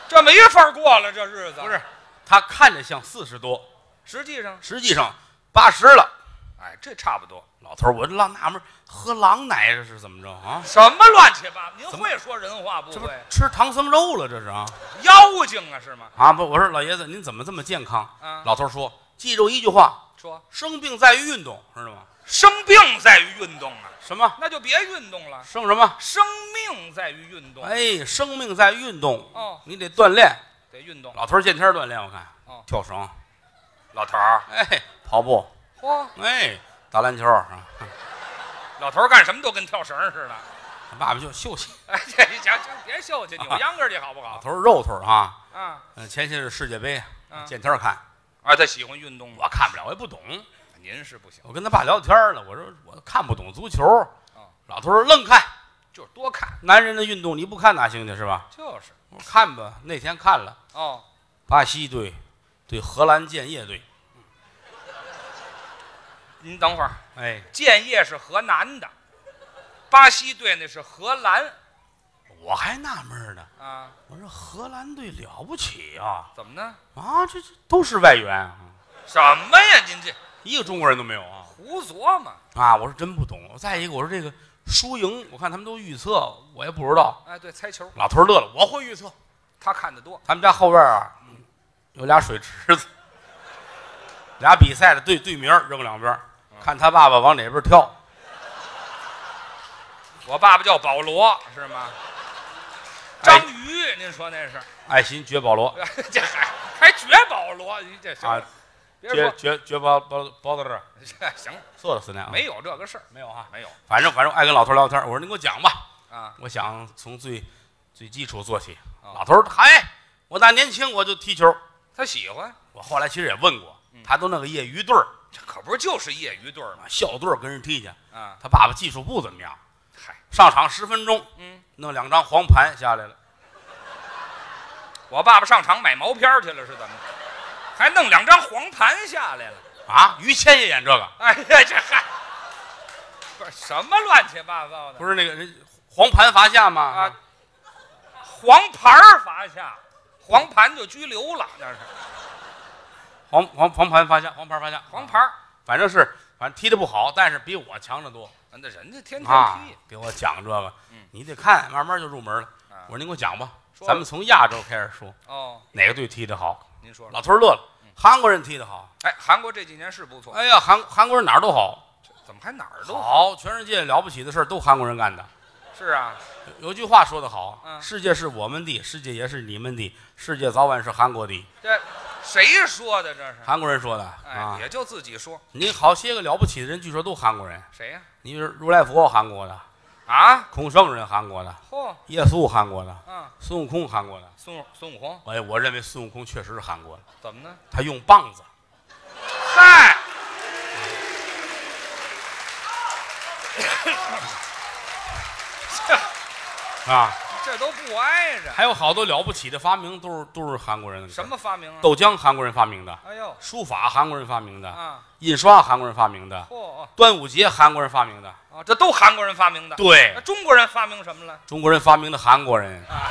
Speaker 3: 这没法过了，这日子
Speaker 2: 不是，他看着像四十多，
Speaker 3: 实际上，
Speaker 2: 实际上八十了。
Speaker 3: 哎，这差不多。
Speaker 2: 老头儿，我就老纳闷儿，喝狼奶这是怎么着啊？
Speaker 3: 什么乱七八糟？您
Speaker 2: 怎么
Speaker 3: 会说人话不
Speaker 2: 这不
Speaker 3: 会？
Speaker 2: 吃唐僧肉了？这是啊
Speaker 3: 妖精啊是吗？
Speaker 2: 啊！不，我说老爷子，您怎么这么健康？
Speaker 3: 啊
Speaker 2: 老头儿说，记住一句话：
Speaker 3: 说
Speaker 2: 生病在于运动，知道吗？
Speaker 3: 生病在于运动啊，
Speaker 2: 什么
Speaker 3: 那就别运动了。
Speaker 2: 生什么？
Speaker 3: 生命在于运动，
Speaker 2: 哎，生命在于运动。
Speaker 3: 哦
Speaker 2: 你得锻炼。
Speaker 3: 得运动。
Speaker 2: 老头儿见天儿锻炼，我看。
Speaker 3: 哦
Speaker 2: 跳绳，
Speaker 3: 老头儿，
Speaker 2: 哎，跑步，
Speaker 3: 嚯，
Speaker 2: 哎，打篮球啊。
Speaker 3: 老头儿干什么都跟跳绳似的。
Speaker 2: 爸爸就休息。
Speaker 3: 哎，这行行，别秀气，扭秧歌去好不
Speaker 2: 老
Speaker 3: 好？
Speaker 2: 头儿肉腿儿啊。
Speaker 3: 啊
Speaker 2: 嗯，前些日世界杯，
Speaker 3: 嗯
Speaker 2: 见天儿看，
Speaker 3: 啊，他喜欢运动吗？
Speaker 2: 我看不了，我也不懂。
Speaker 3: 您是不行，
Speaker 2: 我跟他爸聊天儿了，我说我看不懂足球。老头儿愣看，
Speaker 3: 就是多看，
Speaker 2: 男人的运动你不看哪行去是吧？
Speaker 3: 就是
Speaker 2: 我说看吧，那天看了
Speaker 3: 哦，
Speaker 2: 巴西队对荷兰建业队，
Speaker 3: 您等会儿，
Speaker 2: 哎，
Speaker 3: 建业是河南的，巴西队那是荷兰
Speaker 2: 我还纳闷儿呢，
Speaker 3: 啊？
Speaker 2: 我说荷兰队了不起啊
Speaker 3: 怎么呢？
Speaker 2: 啊，这这都是外援啊，
Speaker 3: 什么呀？您这
Speaker 2: 一个中国人都没有啊
Speaker 3: 胡琢磨
Speaker 2: 啊！我说真不懂。再一个，我说这个输赢，我看他们都预测，我也不知道。
Speaker 3: 哎，对，猜球，
Speaker 2: 老头儿乐了，我会预测。
Speaker 3: 他看的多，
Speaker 2: 他们家后院啊，有俩水池子，俩比赛的队队名儿扔两边儿，
Speaker 3: 嗯
Speaker 2: 看他爸爸往哪边跳。
Speaker 3: 我爸爸叫保罗是吗？
Speaker 2: 哎
Speaker 3: 章鱼，您说那是？
Speaker 2: 爱新觉保罗
Speaker 3: 这还还绝保罗？你这行
Speaker 2: 啊
Speaker 3: 了，，别
Speaker 2: 觉
Speaker 3: 说，
Speaker 2: 觉觉保保保到这儿，
Speaker 3: 这 行了，
Speaker 2: 算了，四年啊，
Speaker 3: 没有这个事儿，
Speaker 2: 没有啊，
Speaker 3: 没有
Speaker 2: 反正反正爱跟老头聊天儿。我说您给我讲吧，
Speaker 3: 啊，
Speaker 2: 我想从最最基础做起。
Speaker 3: 哦
Speaker 2: 老头儿嗨，我打年轻我就踢球，
Speaker 3: 他喜欢嗯
Speaker 2: 我后来其实也问过，他都那个业余队儿，
Speaker 3: 这可不是就是业余队儿吗？
Speaker 2: 校队儿跟人踢去。
Speaker 3: 啊，
Speaker 2: 他爸爸技术不怎么样，
Speaker 3: 嗨，
Speaker 2: 上场十分钟，
Speaker 3: 嗯，
Speaker 2: 弄两张黄盘下来了。
Speaker 3: 我爸爸上场买毛片儿去了是怎么着？还弄两张黄盘下来了。
Speaker 2: 啊，于谦也演这个，
Speaker 3: 哎呀，这嗨，不是什么乱七八糟的，
Speaker 2: 不是那个人黄盘罚下吗？
Speaker 3: 啊，黄牌儿罚下，黄盘就拘留了，那是
Speaker 2: 黄黄黄盘罚下，黄盘罚下，
Speaker 3: 黄牌儿。
Speaker 2: 反正是反正踢的不好，但是比我强得多
Speaker 3: 那人家天天
Speaker 2: 啊
Speaker 3: 踢，。
Speaker 2: 给我讲这个
Speaker 3: 嗯，
Speaker 2: 你得看，慢慢就入门了。
Speaker 3: 啊
Speaker 2: 我说您给我讲吧，
Speaker 3: 说吧
Speaker 2: 咱们从亚洲开始说，
Speaker 3: 哦，
Speaker 2: 哪个队踢得好？
Speaker 3: 您说
Speaker 2: 老
Speaker 3: 说。
Speaker 2: 头儿乐了，韩国人踢得好。
Speaker 3: 哎，韩国这几年是嗯不错，
Speaker 2: 哎呀，韩韩国人哪儿都好，
Speaker 3: 怎么还哪儿都
Speaker 2: 好，全世界了不起的事儿都韩国人干的。
Speaker 3: 是啊？
Speaker 2: 有有句话说得好，
Speaker 3: 嗯
Speaker 2: 世界是我们的，世界也是你们的，世界早晚是韩国的。
Speaker 3: 这谁说的这是？
Speaker 2: 韩国人说的
Speaker 3: 哎
Speaker 2: 啊，，
Speaker 3: 也就自己说
Speaker 2: 你好些个了不起的人，据说都韩国人。
Speaker 3: 谁呀？
Speaker 2: 你比如如来佛韩国的，
Speaker 3: 啊，
Speaker 2: 孔圣人韩国的，
Speaker 3: 嚯，
Speaker 2: 耶稣韩国的，
Speaker 3: 嗯，
Speaker 2: 孙悟空韩国的。
Speaker 3: 孙孙悟空
Speaker 2: 哎，我认为孙悟空确实是韩国的，
Speaker 3: 怎么呢？
Speaker 2: 他用棒子。
Speaker 3: 嗨，
Speaker 2: 啊，
Speaker 3: 这都不挨着，
Speaker 2: 还有好多了不起的发明都是都是韩国人的。
Speaker 3: 什？么发明啊？
Speaker 2: 豆浆韩国人发明的，
Speaker 3: 哎呦，
Speaker 2: 书法韩国人发明的，
Speaker 3: 啊，
Speaker 2: 印刷韩国人发明的，
Speaker 3: 嚯
Speaker 2: 端午节韩国人发明的。
Speaker 3: 啊，这都韩国人发明的。那
Speaker 2: 对，
Speaker 3: 中国人发明什么了？
Speaker 2: 中国人发明的韩国人，
Speaker 3: 啊，